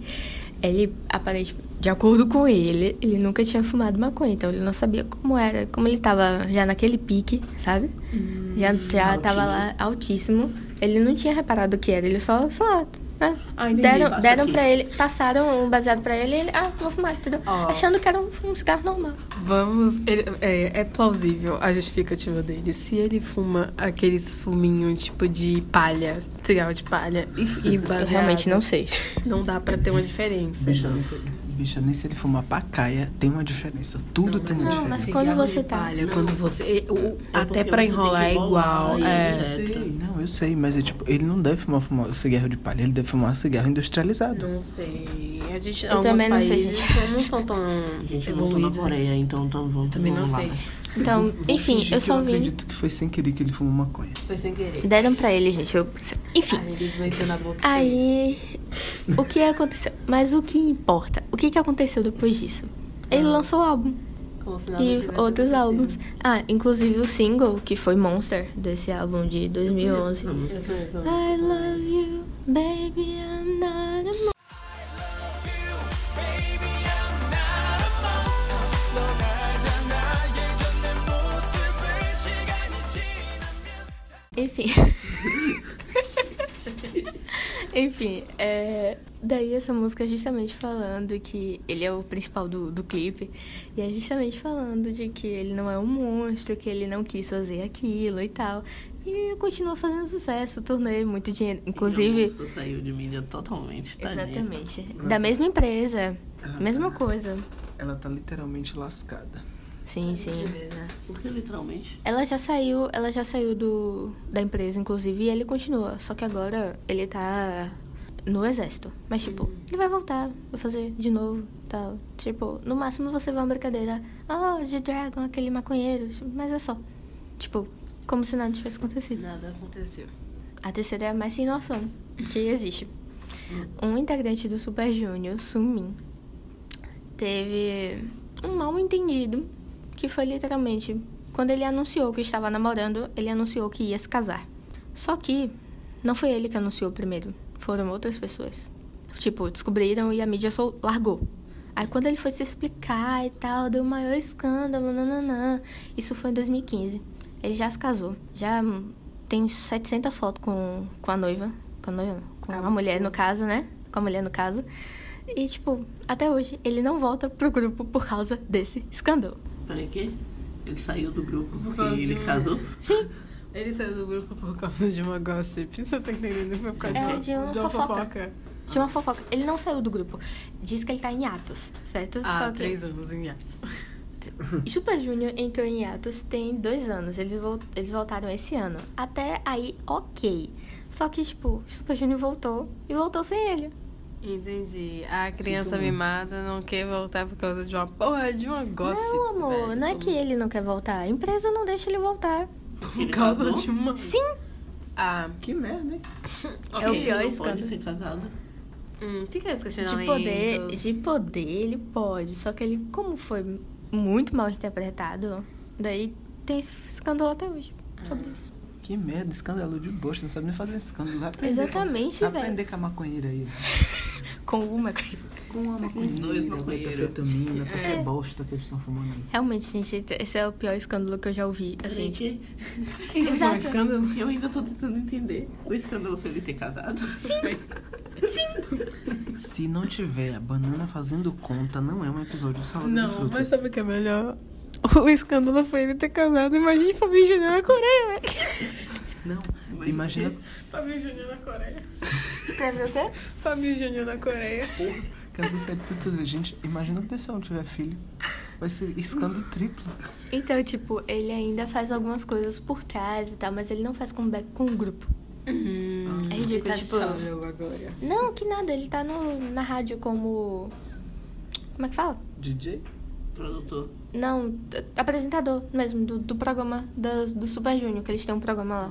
Speaker 4: ele aparentemente, de acordo com ele, ele nunca tinha fumado maconha, então ele não sabia como era, como ele tava já naquele pique, sabe?
Speaker 1: Hum.
Speaker 4: já já tava lá altíssimo. Ele não tinha reparado o que era, ele só, sei lá, né?
Speaker 1: Ah, entendi.
Speaker 4: deram
Speaker 1: Passa
Speaker 4: deram
Speaker 1: aqui.
Speaker 4: pra ele, passaram um baseado pra ele e ele, ah, vou fumar, entendeu? Achando que era um, um cigarro normal.
Speaker 1: Vamos. ele- é, é plausível a justificativa dele. Se ele fuma aqueles fuminhos tipo de palha, cigarro de palha, e, f- e
Speaker 4: Eu
Speaker 1: baseado,
Speaker 4: realmente não sei.
Speaker 1: não dá pra ter uma diferença.
Speaker 3: Bicha, nem se, bicha, nem se ele fumar pacaia, tem uma diferença. Tudo tem uma
Speaker 4: não,
Speaker 3: diferença.
Speaker 4: mas quando
Speaker 1: Cigarro de
Speaker 4: você tá-
Speaker 1: palha, quando você. o- o-
Speaker 8: É
Speaker 1: até
Speaker 8: porque
Speaker 1: pra
Speaker 8: você tem
Speaker 1: enrolar é
Speaker 8: que enrolar
Speaker 1: igual.
Speaker 8: e
Speaker 1: É.
Speaker 3: Eu sei, não, eu sei, mas é tipo, ele não deve fumar, fumar cigarro de palha, ele deve fumar cigarro industrializado.
Speaker 1: Não sei. A gente,
Speaker 4: Eu
Speaker 1: alguns
Speaker 4: também não sei,
Speaker 1: países
Speaker 4: gente.
Speaker 1: são- não são tão
Speaker 2: Gente, eu não tô na
Speaker 1: evoluídos.
Speaker 2: Coreia, então então vamos.
Speaker 1: Também não
Speaker 2: vamos lá.
Speaker 1: sei.
Speaker 4: Então, enfim,
Speaker 3: Fingir
Speaker 4: eu
Speaker 3: que
Speaker 4: só
Speaker 3: eu
Speaker 4: vim.
Speaker 3: acredito que foi sem querer que ele fumou maconha.
Speaker 1: Foi sem querer.
Speaker 4: Deram pra ele, gente. eu- Enfim.
Speaker 1: Aí ele meteu na boca. e fez.
Speaker 4: Aí,
Speaker 1: É
Speaker 4: o que aconteceu? Mas o que importa? O que, que aconteceu depois disso? Ele lançou o álbum
Speaker 1: Como se nada
Speaker 4: e
Speaker 1: tivesse
Speaker 4: outros
Speaker 1: acontecido.
Speaker 4: álbuns. Ah, inclusive o single, que foi Monster, desse álbum de 2011.
Speaker 1: Eu conheço uma
Speaker 4: I love you, baby, I'm not a monster. Enfim. Enfim, é, daí essa música é justamente falando que ele é o principal do, do clipe. E é justamente falando de que ele não é um monstro, que ele não quis fazer aquilo e tal. E continua fazendo sucesso, turnê, muito dinheiro. Inclusive.
Speaker 2: Isso saiu de mídia totalmente, tá?
Speaker 4: Exatamente. Da mesma empresa. Mesma coisa.
Speaker 3: Ela tá literalmente lascada.
Speaker 4: Sim, sim.
Speaker 2: Porque literalmente.
Speaker 4: Ela já saiu, ela já saiu do, da empresa, inclusive, e ele continua. Só que agora ele tá no exército. Mas, tipo, ele vai voltar, vai fazer de novo, tal. Tipo, no máximo você vê uma brincadeira. Oh, The Dragon, aquele maconheiro. Mas é só. Tipo, como se nada tivesse acontecido.
Speaker 1: Nada aconteceu.
Speaker 4: A terceira é a mais sem noção que existe. Um integrante do Super Junior, Sumin, teve um mal entendido que foi literalmente quando ele anunciou que estava namorando, ele anunciou que ia se casar. Só que não foi ele que anunciou primeiro, foram outras pessoas. Tipo, descobriram e a mídia só largou. Aí quando ele foi se explicar e tal, deu o maior escândalo, nananã. Isso foi em 2015. Ele já se casou, já hum, tem 700 fotos com, com a noiva, com a noiva, não, com a mulher no caso, né? Com a mulher no caso. E tipo, até hoje ele não volta pro grupo por causa desse escândalo.
Speaker 2: Peraí, quê? Ele saiu do grupo porque ele casou.
Speaker 4: Sim,
Speaker 1: Ele saiu do grupo por causa de uma gossip. Você tá entendendo? Foi por causa
Speaker 4: É,
Speaker 1: de, uma, de uma fofoca.
Speaker 4: Tinha
Speaker 1: Ah.
Speaker 4: uma fofoca. Ele não saiu do grupo. Diz que ele tá em atos, certo?
Speaker 1: Ah,
Speaker 4: Só que
Speaker 1: três anos em atos.
Speaker 4: Super Junior entrou em atos tem dois anos. Eles, vol- eles voltaram esse ano. Até aí, ok. Só que, tipo, Super Junior voltou e voltou sem ele.
Speaker 1: Entendi. A criança mimada não quer voltar por causa de uma porra de uma gossip.
Speaker 4: não, amor,
Speaker 1: velho.
Speaker 4: não é que ele não quer voltar. A empresa não deixa ele voltar.
Speaker 1: Por causa de uma.
Speaker 4: Sim!
Speaker 1: Ah,
Speaker 3: Que merda, hein?
Speaker 4: É o
Speaker 1: ok.
Speaker 4: pior
Speaker 2: não pode
Speaker 4: escândalo. É
Speaker 2: ser casado.
Speaker 1: Hum, fica esse questionamento.
Speaker 4: De poder, de poder, ele pode. Só que ele, como foi muito mal interpretado, daí tem esse escândalo até hoje
Speaker 1: Ah.
Speaker 4: sobre isso.
Speaker 3: Que merda, escândalo de bosta, não sabe nem fazer um escândalo. Vai aprender
Speaker 4: Exatamente,
Speaker 3: com, vai
Speaker 4: velho.
Speaker 3: aprender com a maconheira aí.
Speaker 4: Com uma
Speaker 3: Com a maconheira,
Speaker 2: dois
Speaker 3: com a
Speaker 2: maconheiro.
Speaker 3: metanfetamina,
Speaker 4: É.
Speaker 3: qualquer bosta que eles estão fumando aí.
Speaker 4: Realmente, gente, esse é o pior escândalo que eu já ouvi.
Speaker 2: Peraí,
Speaker 4: Assim, tipo,
Speaker 2: quê?
Speaker 1: Isso foi um
Speaker 4: Exato.
Speaker 1: escândalo.
Speaker 2: Eu ainda tô tentando entender. O escândalo foi ele ter casado? Sim.
Speaker 3: Se não tiver a banana fazendo conta, não é um episódio do Salada de
Speaker 1: Não,
Speaker 3: Frutas.
Speaker 1: mas sabe o que é melhor? O escândalo foi ele ter casado. Imagina Fabinho Júnior na Coreia, velho.
Speaker 3: Não, imagina...
Speaker 1: Fabinho Júnior na Coreia.
Speaker 4: quer ver o quê?
Speaker 1: Fabinho Júnior na Coreia.
Speaker 3: Casou 700 vezes. Gente, imagina que se eu não tiver filho. Vai ser escândalo triplo.
Speaker 4: Então, tipo, ele ainda faz algumas coisas por trás e tal, mas ele não faz comeback com o grupo.
Speaker 1: Hum,
Speaker 4: é ridículo, tipo.
Speaker 1: agora.
Speaker 4: Não, que nada, ele tá no, na rádio como. Como é que fala?
Speaker 3: DJ?
Speaker 2: Produtor.
Speaker 4: Não, t- apresentador mesmo, do, do programa do, do Super Júnior, que eles têm um programa lá.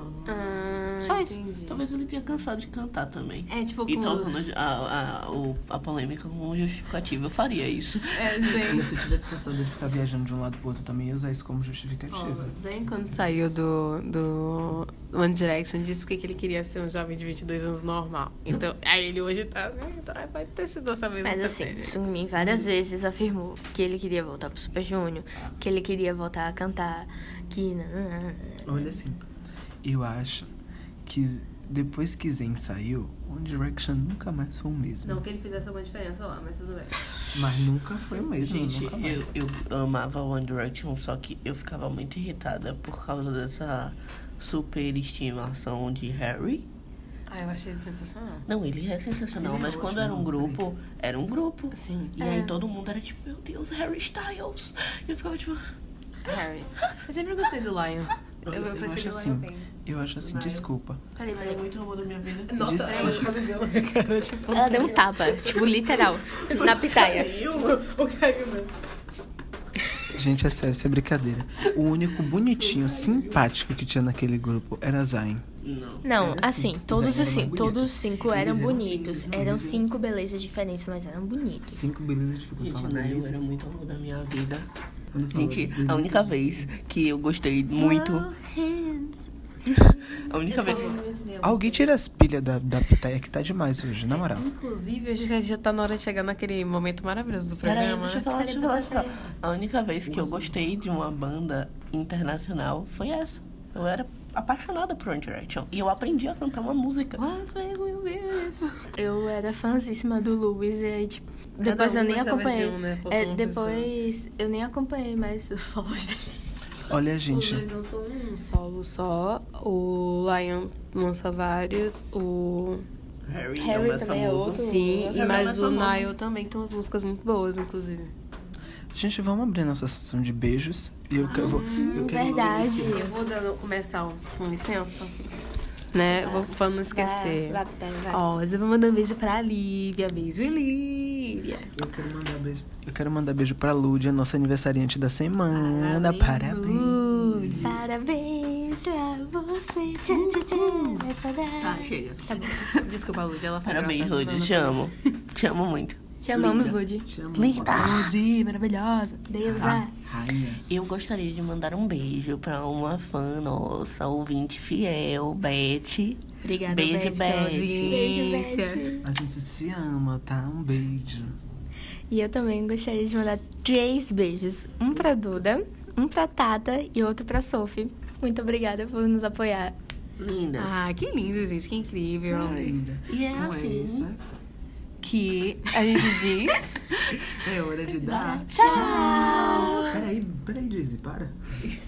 Speaker 4: Só isso.
Speaker 1: Então,
Speaker 2: Talvez ele tenha cansado de cantar também.
Speaker 1: Ah,
Speaker 4: Um
Speaker 1: É, tipo,
Speaker 2: E
Speaker 1: com-
Speaker 2: tá
Speaker 3: então-
Speaker 2: usando a, a, o- a polêmica como justificativa. Eu faria isso.
Speaker 1: É, Zen.
Speaker 3: Mas se eu tivesse cansado de ficar viajando de um lado pro outro também, eu ia usar isso como
Speaker 1: Ó,
Speaker 3: justificativa.
Speaker 1: Zen, quando saiu do, do One Direction, disse que ele queria ser um jovem de 22 anos normal. Então, aí ele hoje tá. né, Então, aí vai ter sido essa mesma
Speaker 4: Mas assim, Sunmin várias vezes afirmou que ele queria voltar pro Super Júnior, que ele queria voltar a cantar, que.
Speaker 3: Olha assim, eu acho que Depois que Zen saiu, One Direction nunca mais foi o mesmo.
Speaker 1: Não que ele fizesse alguma diferença lá, mas tudo bem.
Speaker 3: Mas nunca foi o mesmo,
Speaker 2: Gente,
Speaker 3: nunca mais.
Speaker 2: eu, eu amava One Direction, só que eu ficava muito irritada por causa dessa superestimação de Harry.
Speaker 9: Ah, eu achei sensacional.
Speaker 2: Não, ele é sensacional,
Speaker 3: Ele é
Speaker 2: mas quando
Speaker 3: ótimo,
Speaker 2: era um grupo, era um grupo.
Speaker 9: Sim.
Speaker 2: E aí todo mundo era tipo, meu Deus, Harry Styles. E eu ficava tipo,
Speaker 9: Harry.
Speaker 1: Eu sempre gostei do Lion. Eu,
Speaker 3: Eu- eu
Speaker 1: prefiro
Speaker 3: acho
Speaker 1: o Lion
Speaker 3: assim.
Speaker 1: Pain.
Speaker 3: Eu acho assim, desculpa.
Speaker 4: Falei,
Speaker 2: é muito amor da minha vida.
Speaker 1: Nossa,
Speaker 3: Disse-
Speaker 1: é uma coisa dela, cara. Tipo,
Speaker 4: Ela deu um tapa, tipo, literal, na pitaia.
Speaker 1: tipo, o Caio não.
Speaker 3: Gente, é sério, isso é brincadeira. O único bonitinho, simpático que tinha naquele grupo era Zayn.
Speaker 2: Não.
Speaker 4: Não,
Speaker 3: Era assim,
Speaker 4: assim, todos
Speaker 3: eles
Speaker 4: os
Speaker 3: eram
Speaker 4: cinco,
Speaker 3: bonitos.
Speaker 4: todos os cinco
Speaker 3: Eles
Speaker 4: eram
Speaker 3: eram
Speaker 4: bonitos.
Speaker 3: bonitos,
Speaker 4: Eram
Speaker 3: eles eram-
Speaker 4: cinco belezas diferentes, mas eram bonitos.
Speaker 3: Cinco belezas de
Speaker 2: Gente,
Speaker 3: ficou falando
Speaker 2: não, eu
Speaker 3: beleza.
Speaker 2: era muito amor da minha vida.
Speaker 3: Quando fala
Speaker 2: Gente,
Speaker 3: beleza,
Speaker 2: a única vez que eu gostei muito. A única vez.
Speaker 3: Alguém tira as pilhas da, da pitaia que tá demais hoje, na moral.
Speaker 1: Inclusive,
Speaker 9: Acho que a gente já tá na hora de chegar naquele momento maravilhoso do
Speaker 2: Peraí,
Speaker 9: programa.
Speaker 2: deixa eu falar, deixa eu falar, deixa eu falar. A única vez que eu gostei de uma banda internacional foi essa. Eu era apaixonada por One Direction. E eu aprendi a cantar uma música.
Speaker 4: Eu era fãzíssima do Lewis e aí, tipo,
Speaker 1: Cada
Speaker 4: depois
Speaker 1: um
Speaker 4: eu nem
Speaker 1: gostava de
Speaker 4: acompanhei.
Speaker 1: um, né? Faltou
Speaker 4: É,
Speaker 1: uma
Speaker 4: depois eu nem acompanhei mais os solos dele.
Speaker 3: Olha, gente,
Speaker 1: Eles lançam um só.
Speaker 9: Solo só, o Lion lança vários, o.
Speaker 2: Harry,
Speaker 4: Harry
Speaker 2: é o mais
Speaker 4: também é
Speaker 2: famoso.
Speaker 4: outro.
Speaker 9: Sim,
Speaker 4: Sim,
Speaker 9: e
Speaker 4: é
Speaker 9: mas
Speaker 2: mais
Speaker 9: o
Speaker 2: famoso.
Speaker 9: Nile também tem umas músicas muito boas, inclusive.
Speaker 3: gente, vamos abrir nossa sessão de beijos. E eu quero. vou-
Speaker 2: Ah,
Speaker 3: eu quero
Speaker 4: Verdade.
Speaker 1: Eu vou dando- começar o- com licença.
Speaker 9: Né? Vou pra não esquecer.
Speaker 4: Vai, vai, Pitaia, vai.
Speaker 9: Ó, mas eu vou mandar um beijo pra Lívia. Beijo, Lívia.
Speaker 3: Eu quero mandar beijo. Eu quero mandar beijo pra Lúdia, nossa aniversariante da semana.
Speaker 9: Parabéns.
Speaker 3: Parabéns.
Speaker 5: Parabéns pra você, tchan, tchan, tchan, essa
Speaker 2: Tá,
Speaker 5: daí.
Speaker 2: chega.
Speaker 1: Desculpa, Luz, ela foi
Speaker 2: Parabéns,
Speaker 1: grossa.
Speaker 2: Lud. Te amo. Te amo muito.
Speaker 4: Te amamos, Lud. é. ah,
Speaker 2: Linda!
Speaker 9: maravilhosa.
Speaker 3: Ah,
Speaker 4: Deusa.
Speaker 3: Rainha.
Speaker 2: Eu gostaria de mandar um beijo pra uma fã nossa, ouvinte fiel, Beth.
Speaker 9: Obrigada,
Speaker 2: Beijo,
Speaker 9: beijo, pela
Speaker 2: É Beth.
Speaker 9: audiência.
Speaker 4: Beijo, Beth.
Speaker 3: A gente se ama, tá? Um beijo.
Speaker 4: E eu também gostaria de mandar três beijos. Um pra Duda, um pra Tata e outro pra Sophie. Muito obrigada por nos apoiar.
Speaker 2: Linda.
Speaker 9: Ah, que lindo, gente, que incrível.
Speaker 3: Linda. Então
Speaker 2: e é
Speaker 3: Com
Speaker 2: assim.
Speaker 3: essa,
Speaker 9: Que a gente diz.
Speaker 3: é hora de dar.
Speaker 4: Tchau!
Speaker 3: Peraí, peraí, Jayce, para.